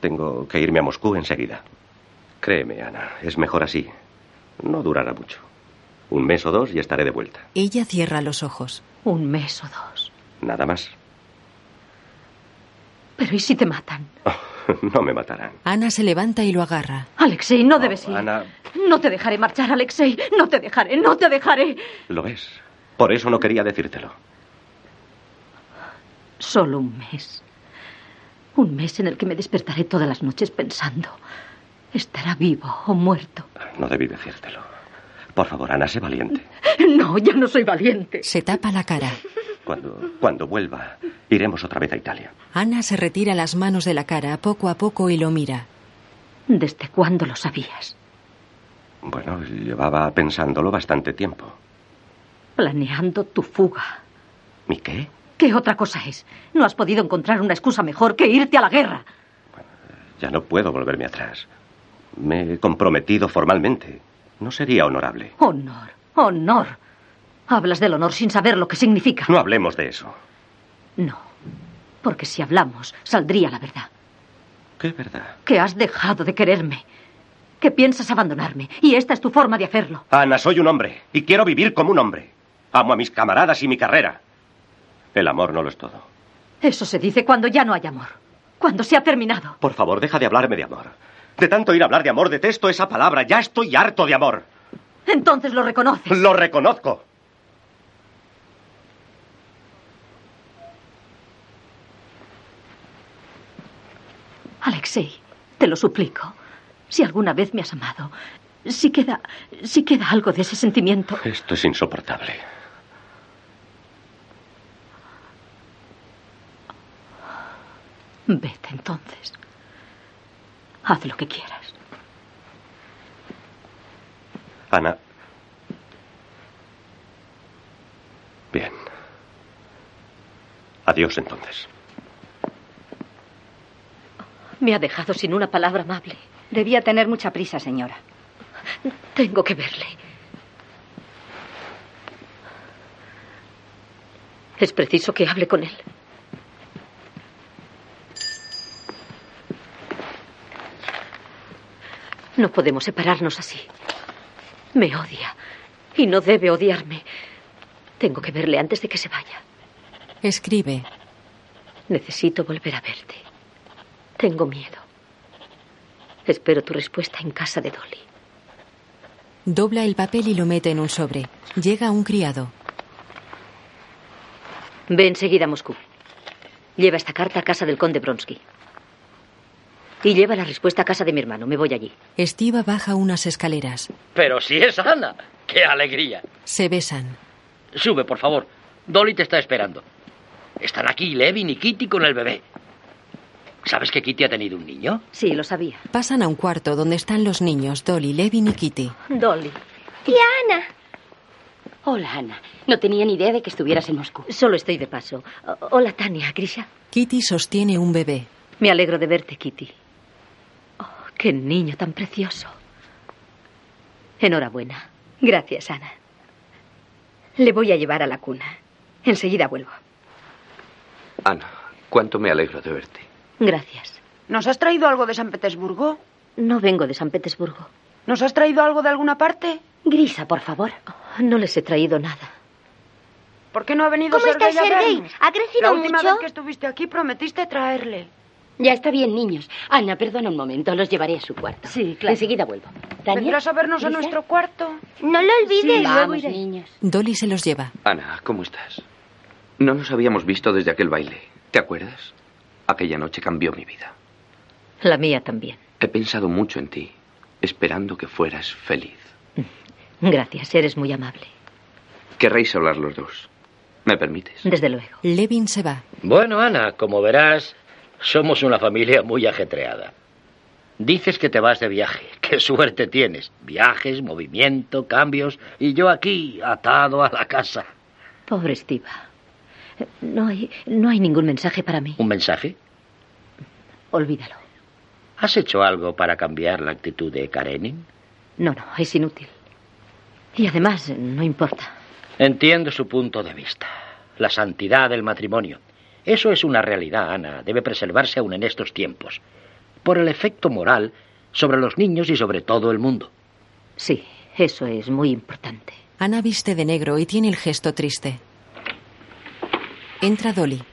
[SPEAKER 4] Tengo que irme a Moscú enseguida. Créeme, Ana, es mejor así. No durará mucho. Un mes o dos y estaré de vuelta.
[SPEAKER 3] Ella cierra los ojos.
[SPEAKER 10] Un mes o dos.
[SPEAKER 4] Nada más.
[SPEAKER 10] Pero ¿y si te matan?
[SPEAKER 4] No me matarán.
[SPEAKER 3] Ana se levanta y lo agarra.
[SPEAKER 10] Alexei, no, debes ir.
[SPEAKER 4] Ana,
[SPEAKER 10] No te dejaré marchar, Alexei. No te dejaré, no te dejaré.
[SPEAKER 4] lo ves. Por eso no quería decírtelo.
[SPEAKER 10] Solo un mes. Un mes en el que me despertaré todas las noches pensando. ¿Estará vivo o muerto?
[SPEAKER 4] No debí decírtelo. Por favor, Ana, sé valiente.
[SPEAKER 10] No, ya no soy valiente.
[SPEAKER 3] Se tapa la cara.
[SPEAKER 4] Cuando, cuando vuelva, iremos otra vez a Italia.
[SPEAKER 3] Ana se retira las manos de la cara poco a poco y lo mira.
[SPEAKER 10] ¿Desde cuándo lo sabías?
[SPEAKER 4] Bueno, llevaba pensándolo bastante tiempo.
[SPEAKER 10] Planeando tu fuga.
[SPEAKER 4] ¿Mi qué?
[SPEAKER 10] ¿Qué otra cosa es? No has podido encontrar una excusa mejor que irte a la guerra.
[SPEAKER 4] Ya no puedo volverme atrás. Me he comprometido formalmente. No sería honorable.
[SPEAKER 10] Honor, honor. Hablas del honor sin saber lo que significa.
[SPEAKER 4] No hablemos de eso.
[SPEAKER 10] No, porque si hablamos, saldría la verdad.
[SPEAKER 4] ¿Qué verdad?
[SPEAKER 10] Que has dejado de quererme. Que piensas abandonarme. Y esta es tu forma de hacerlo.
[SPEAKER 4] Ana, soy un hombre y quiero vivir como un hombre. Amo a mis camaradas y mi carrera. El amor no lo es todo.
[SPEAKER 10] Eso se dice cuando ya no hay amor. Cuando se ha terminado.
[SPEAKER 4] Por favor, deja de hablarme de amor. De tanto ir a hablar de amor, detesto esa palabra. Ya estoy harto de amor.
[SPEAKER 10] Entonces lo reconoces.
[SPEAKER 4] Lo reconozco.
[SPEAKER 10] Alexei, te lo suplico. Si alguna vez me has amado, si queda, si queda algo de ese sentimiento,
[SPEAKER 4] Esto es insoportable.
[SPEAKER 10] vete entonces. Haz lo que quieras.
[SPEAKER 4] Ana. Bien. Adiós entonces.
[SPEAKER 10] Me ha dejado sin una palabra amable.
[SPEAKER 7] Debía tener mucha prisa, señora.
[SPEAKER 10] Tengo que verle. Es preciso que hable con él. No podemos separarnos así. Me odia y no debe odiarme. Tengo que verle antes de que se vaya.
[SPEAKER 3] Escribe.
[SPEAKER 10] Necesito volver a verte. Tengo miedo. Espero tu respuesta en casa de Dolly.
[SPEAKER 3] Dobla el papel y lo mete en un sobre. Llega un criado.
[SPEAKER 10] Ve enseguida a Moscú. Lleva esta carta a casa del conde Bronsky. Y lleva la respuesta a casa de mi hermano. Me voy allí.
[SPEAKER 3] Estiva baja unas escaleras.
[SPEAKER 6] Pero si es Ana. ¡Qué alegría!
[SPEAKER 3] Se besan.
[SPEAKER 6] Sube, por favor. Dolly te está esperando. Están aquí Levin y Kitty con el bebé. ¿Sabes que Kitty ha tenido un niño?
[SPEAKER 10] Sí, lo sabía.
[SPEAKER 3] Pasan a un cuarto donde están los niños, Dolly, Levin y Kitty.
[SPEAKER 10] Dolly.
[SPEAKER 28] Tía Ana.
[SPEAKER 11] Hola, Ana. No tenía ni idea de que estuvieras en Moscú.
[SPEAKER 10] Solo estoy de paso. O- Hola, Tania, Grisha.
[SPEAKER 3] Kitty sostiene un bebé.
[SPEAKER 10] Me alegro de verte, Kitty. Oh, qué niño tan precioso. Enhorabuena.
[SPEAKER 7] Gracias, Ana. Le voy a llevar a la cuna. Enseguida vuelvo.
[SPEAKER 12] Ana, cuánto me alegro de verte.
[SPEAKER 10] Gracias.
[SPEAKER 29] ¿Nos has traído algo de San Petersburgo?
[SPEAKER 10] No vengo de San Petersburgo.
[SPEAKER 29] ¿Nos has traído algo de alguna parte?
[SPEAKER 10] Grisa, por favor. No les he traído nada.
[SPEAKER 29] ¿Por qué no ha venido
[SPEAKER 28] ¿Cómo está
[SPEAKER 29] Sergei a
[SPEAKER 28] Sergei?
[SPEAKER 29] vernos?
[SPEAKER 28] ¿Ha crecido
[SPEAKER 29] La última
[SPEAKER 28] mucho?
[SPEAKER 29] vez que estuviste aquí prometiste traerle.
[SPEAKER 11] Ya está bien, niños. Ana, perdona un momento. Los llevaré a su cuarto.
[SPEAKER 10] Sí, claro.
[SPEAKER 11] Enseguida vuelvo. ¿Tania?
[SPEAKER 29] ¿Vendrás a vernos a
[SPEAKER 11] ¿Lisa?
[SPEAKER 29] nuestro cuarto?
[SPEAKER 28] No lo olvides.
[SPEAKER 11] Sí, vamos,
[SPEAKER 28] Luego iré.
[SPEAKER 11] niños.
[SPEAKER 3] Dolly se los lleva.
[SPEAKER 12] Ana, ¿cómo estás? No nos habíamos visto desde aquel baile. ¿Te acuerdas? Aquella noche cambió mi vida.
[SPEAKER 10] La mía también.
[SPEAKER 12] He pensado mucho en ti, esperando que fueras feliz.
[SPEAKER 10] Gracias, eres muy amable.
[SPEAKER 12] Querréis hablar los dos. ¿Me permites?
[SPEAKER 10] Desde luego.
[SPEAKER 3] Levin se va.
[SPEAKER 6] Bueno, Ana, como verás, somos una familia muy ajetreada. Dices que te vas de viaje. ¡Qué suerte tienes! Viajes, movimiento, cambios. Y yo aquí, atado a la casa.
[SPEAKER 10] Pobre Estiva. No hay, no hay ningún mensaje para mí.
[SPEAKER 6] ¿Un mensaje?
[SPEAKER 10] Olvídalo.
[SPEAKER 6] ¿Has hecho algo para cambiar la actitud de Karenin?
[SPEAKER 10] No, no, es inútil. Y además, no importa.
[SPEAKER 6] Entiendo su punto de vista. La santidad del matrimonio. Eso es una realidad, Ana. Debe preservarse aún en estos tiempos. Por el efecto moral sobre los niños y sobre todo el mundo.
[SPEAKER 10] Sí, eso es muy importante.
[SPEAKER 3] Ana viste de negro y tiene el gesto triste. Entra Dolly.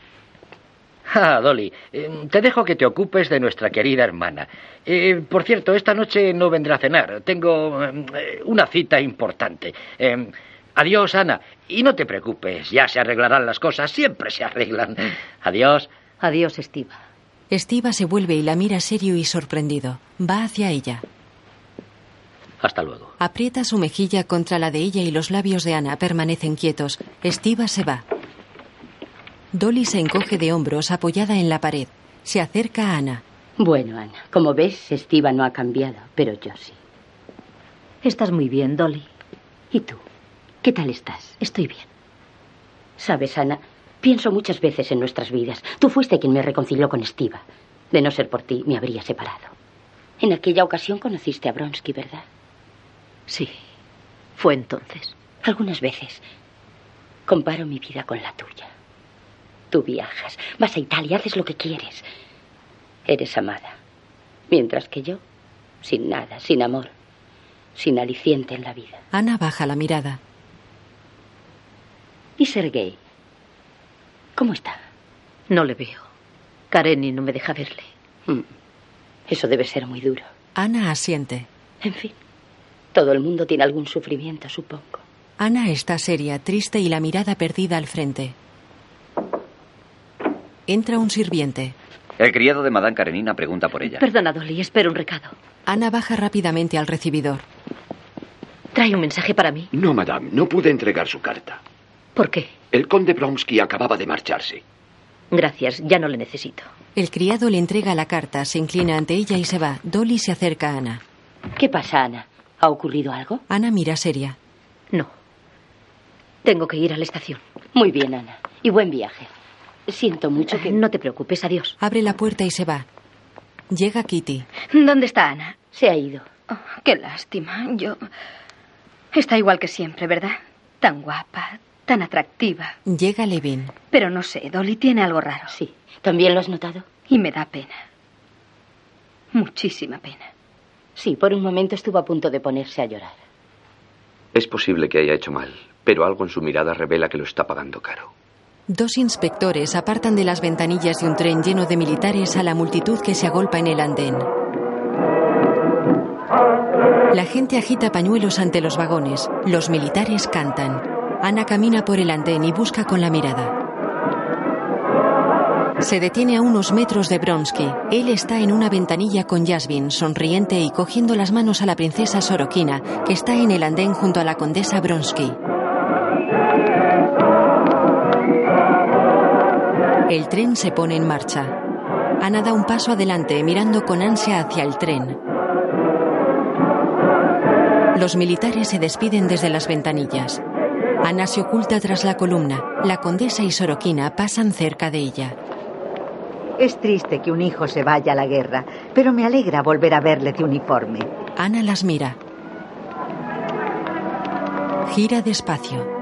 [SPEAKER 6] Ah, Dolly, eh, te dejo que te ocupes de nuestra querida hermana. Eh, por cierto, esta noche no vendrá a cenar. Tengo eh, una cita importante. Eh, adiós, Ana. Y no te preocupes, ya se arreglarán las cosas. Siempre se arreglan. Adiós.
[SPEAKER 10] Adiós, Estiva.
[SPEAKER 3] Estiva se vuelve y la mira serio y sorprendido. Va hacia ella.
[SPEAKER 6] Hasta luego.
[SPEAKER 3] Aprieta su mejilla contra la de ella y los labios de Ana permanecen quietos. Estiva se va. Dolly se encoge de hombros apoyada en la pared. Se acerca a Ana.
[SPEAKER 11] Bueno, Ana, como ves, Estiva no ha cambiado, pero yo sí.
[SPEAKER 10] Estás muy bien, Dolly.
[SPEAKER 11] ¿Y tú? ¿Qué tal estás?
[SPEAKER 10] Estoy bien.
[SPEAKER 11] Sabes, Ana, pienso muchas veces en nuestras vidas. Tú fuiste quien me reconcilió con Estiva. De no ser por ti, me habría separado. En aquella ocasión conociste a Bronsky, ¿verdad?
[SPEAKER 10] Sí. Fue entonces.
[SPEAKER 11] Algunas veces comparo mi vida con la tuya. Tú viajas, vas a Italia, haces lo que quieres. Eres amada. Mientras que yo, sin nada, sin amor, sin aliciente en la vida.
[SPEAKER 3] Ana baja la mirada.
[SPEAKER 11] ¿Y Sergei? ¿Cómo está?
[SPEAKER 10] No le veo. Karenin no me deja verle.
[SPEAKER 11] Mm. Eso debe ser muy duro.
[SPEAKER 3] Ana asiente.
[SPEAKER 11] En fin, todo el mundo tiene algún sufrimiento, supongo.
[SPEAKER 3] Ana está seria, triste y la mirada perdida al frente. Entra un sirviente.
[SPEAKER 4] El criado de Madame Karenina pregunta por ella.
[SPEAKER 10] Perdona, Dolly, espero un recado.
[SPEAKER 3] Ana baja rápidamente al recibidor.
[SPEAKER 10] ¿Trae un mensaje para mí?
[SPEAKER 15] No, madame, no pude entregar su carta.
[SPEAKER 10] ¿Por qué?
[SPEAKER 15] El conde Bromsky acababa de marcharse.
[SPEAKER 10] Gracias, ya no le necesito.
[SPEAKER 3] El criado le entrega la carta, se inclina ante ella y se va. Dolly se acerca a Ana.
[SPEAKER 11] ¿Qué pasa, Ana? ¿Ha ocurrido algo?
[SPEAKER 3] Ana mira seria.
[SPEAKER 10] No. Tengo que ir a la estación.
[SPEAKER 11] Muy bien, Ana. Y buen viaje. Siento mucho que...
[SPEAKER 10] No te preocupes, adiós.
[SPEAKER 3] Abre la puerta y se va. Llega Kitty.
[SPEAKER 7] ¿Dónde está Ana?
[SPEAKER 11] Se ha ido.
[SPEAKER 7] Oh, qué lástima. Yo. Está igual que siempre, ¿verdad? Tan guapa, tan atractiva.
[SPEAKER 3] Llega Levin.
[SPEAKER 7] Pero no sé, Dolly tiene algo raro.
[SPEAKER 11] Sí. ¿También lo has notado?
[SPEAKER 7] Y me da pena. Muchísima pena.
[SPEAKER 25] Sí, por un momento estuvo a punto de ponerse a llorar.
[SPEAKER 16] Es posible que haya hecho mal, pero algo en su mirada revela que lo está pagando caro.
[SPEAKER 3] Dos inspectores apartan de las ventanillas de un tren lleno de militares a la multitud que se agolpa en el andén. La gente agita pañuelos ante los vagones. Los militares cantan. Ana camina por el andén y busca con la mirada. Se detiene a unos metros de Bronsky. Él está en una ventanilla con Jasmine, sonriente y cogiendo las manos a la princesa Sorokina, que está en el andén junto a la condesa Bronsky. El tren se pone en marcha. Ana da un paso adelante, mirando con ansia hacia el tren. Los militares se despiden desde las ventanillas. Ana se oculta tras la columna. La condesa y Sorokina pasan cerca de ella.
[SPEAKER 9] Es triste que un hijo se vaya a la guerra, pero me alegra volver a verle de uniforme.
[SPEAKER 3] Ana las mira. Gira despacio.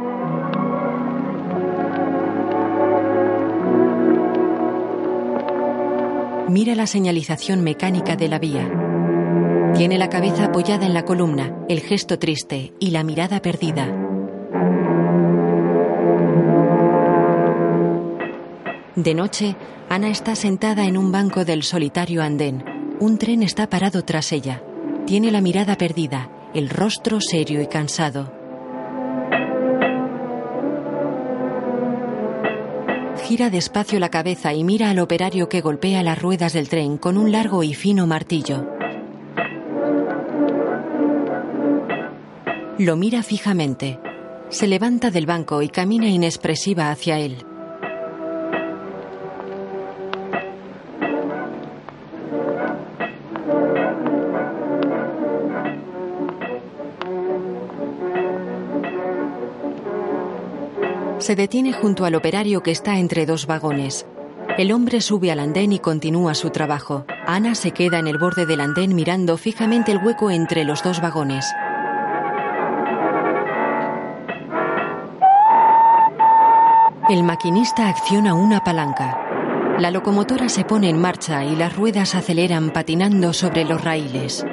[SPEAKER 3] Mira la señalización mecánica de la vía. Tiene la cabeza apoyada en la columna, el gesto triste y la mirada perdida. De noche, Ana está sentada en un banco del solitario andén. Un tren está parado tras ella. Tiene la mirada perdida, el rostro serio y cansado. Gira despacio la cabeza y mira al operario que golpea las ruedas del tren con un largo y fino martillo. Lo mira fijamente. Se levanta del banco y camina inexpresiva hacia él. Se detiene junto al operario que está entre dos vagones. El hombre sube al andén y continúa su trabajo. Ana se queda en el borde del andén mirando fijamente el hueco entre los dos vagones. El maquinista acciona una palanca. La locomotora se pone en marcha y las ruedas aceleran patinando sobre los raíles.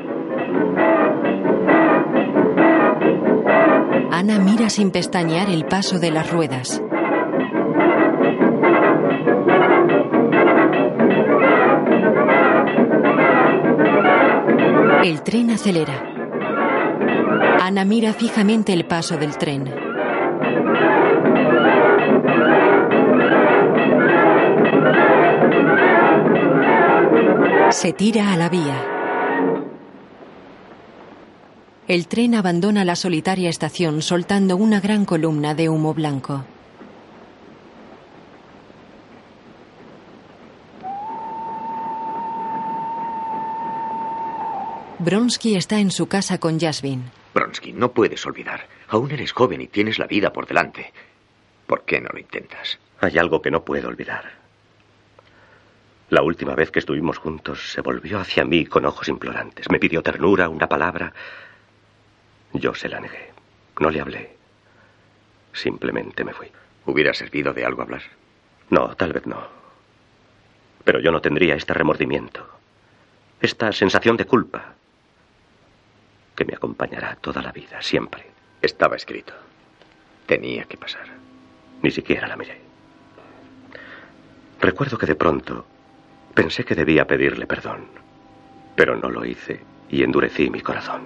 [SPEAKER 3] Ana mira sin pestañear el paso de las ruedas. El tren acelera. Ana mira fijamente el paso del tren. Se tira a la vía. El tren abandona la solitaria estación soltando una gran columna de humo blanco. Bronsky está en su casa con Jasmine.
[SPEAKER 22] Bronsky, no puedes olvidar. Aún eres joven y tienes la vida por delante. ¿Por qué no lo intentas?
[SPEAKER 4] Hay algo que no puedo olvidar. La última vez que estuvimos juntos se volvió hacia mí con ojos implorantes. Me pidió ternura, una palabra. Yo se la negué. No le hablé. Simplemente me fui.
[SPEAKER 22] ¿Hubiera servido de algo hablar?
[SPEAKER 4] No, tal vez no. Pero yo no tendría este remordimiento. Esta sensación de culpa. Que me acompañará toda la vida, siempre.
[SPEAKER 22] Estaba escrito. Tenía que pasar.
[SPEAKER 4] Ni siquiera la miré. Recuerdo que de pronto pensé que debía pedirle perdón. Pero no lo hice y endurecí mi corazón.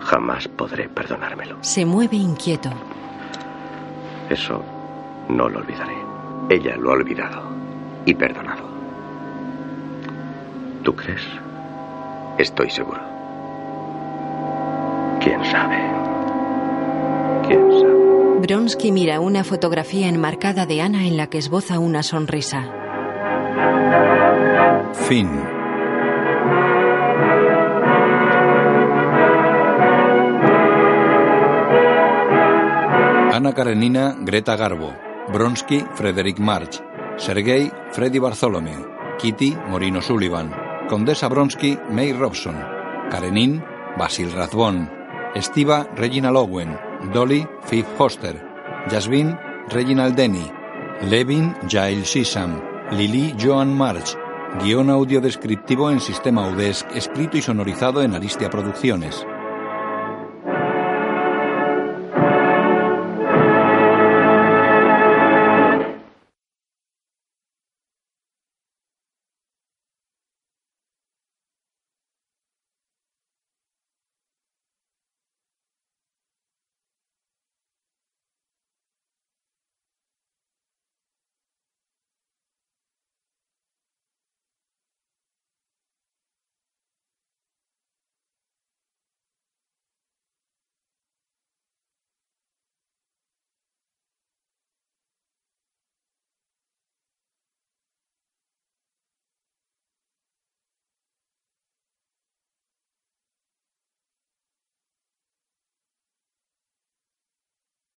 [SPEAKER 4] Jamás podré perdonármelo.
[SPEAKER 3] Se mueve inquieto.
[SPEAKER 4] Eso no lo olvidaré.
[SPEAKER 22] Ella lo ha olvidado y perdonado.
[SPEAKER 4] ¿Tú crees?
[SPEAKER 22] Estoy seguro.
[SPEAKER 4] ¿Quién sabe? ¿Quién sabe?
[SPEAKER 3] Bronsky mira una fotografía enmarcada de Ana en la que esboza una sonrisa.
[SPEAKER 19] Fin. Ana Karenina, Greta Garbo. Bronsky, Frederick March. Sergei, Freddy Bartholomew. Kitty, Morino Sullivan. Condesa Bronsky, May Robson. Karenin, Basil Rathbone. Estiva, Regina Lowen. Dolly, Fifth Foster. Jasmine, Reginald Denny. Levin, Giles Sisam. Lily, Joan March.
[SPEAKER 1] Guión audio descriptivo en sistema UDESC, escrito y sonorizado en Aristia Producciones.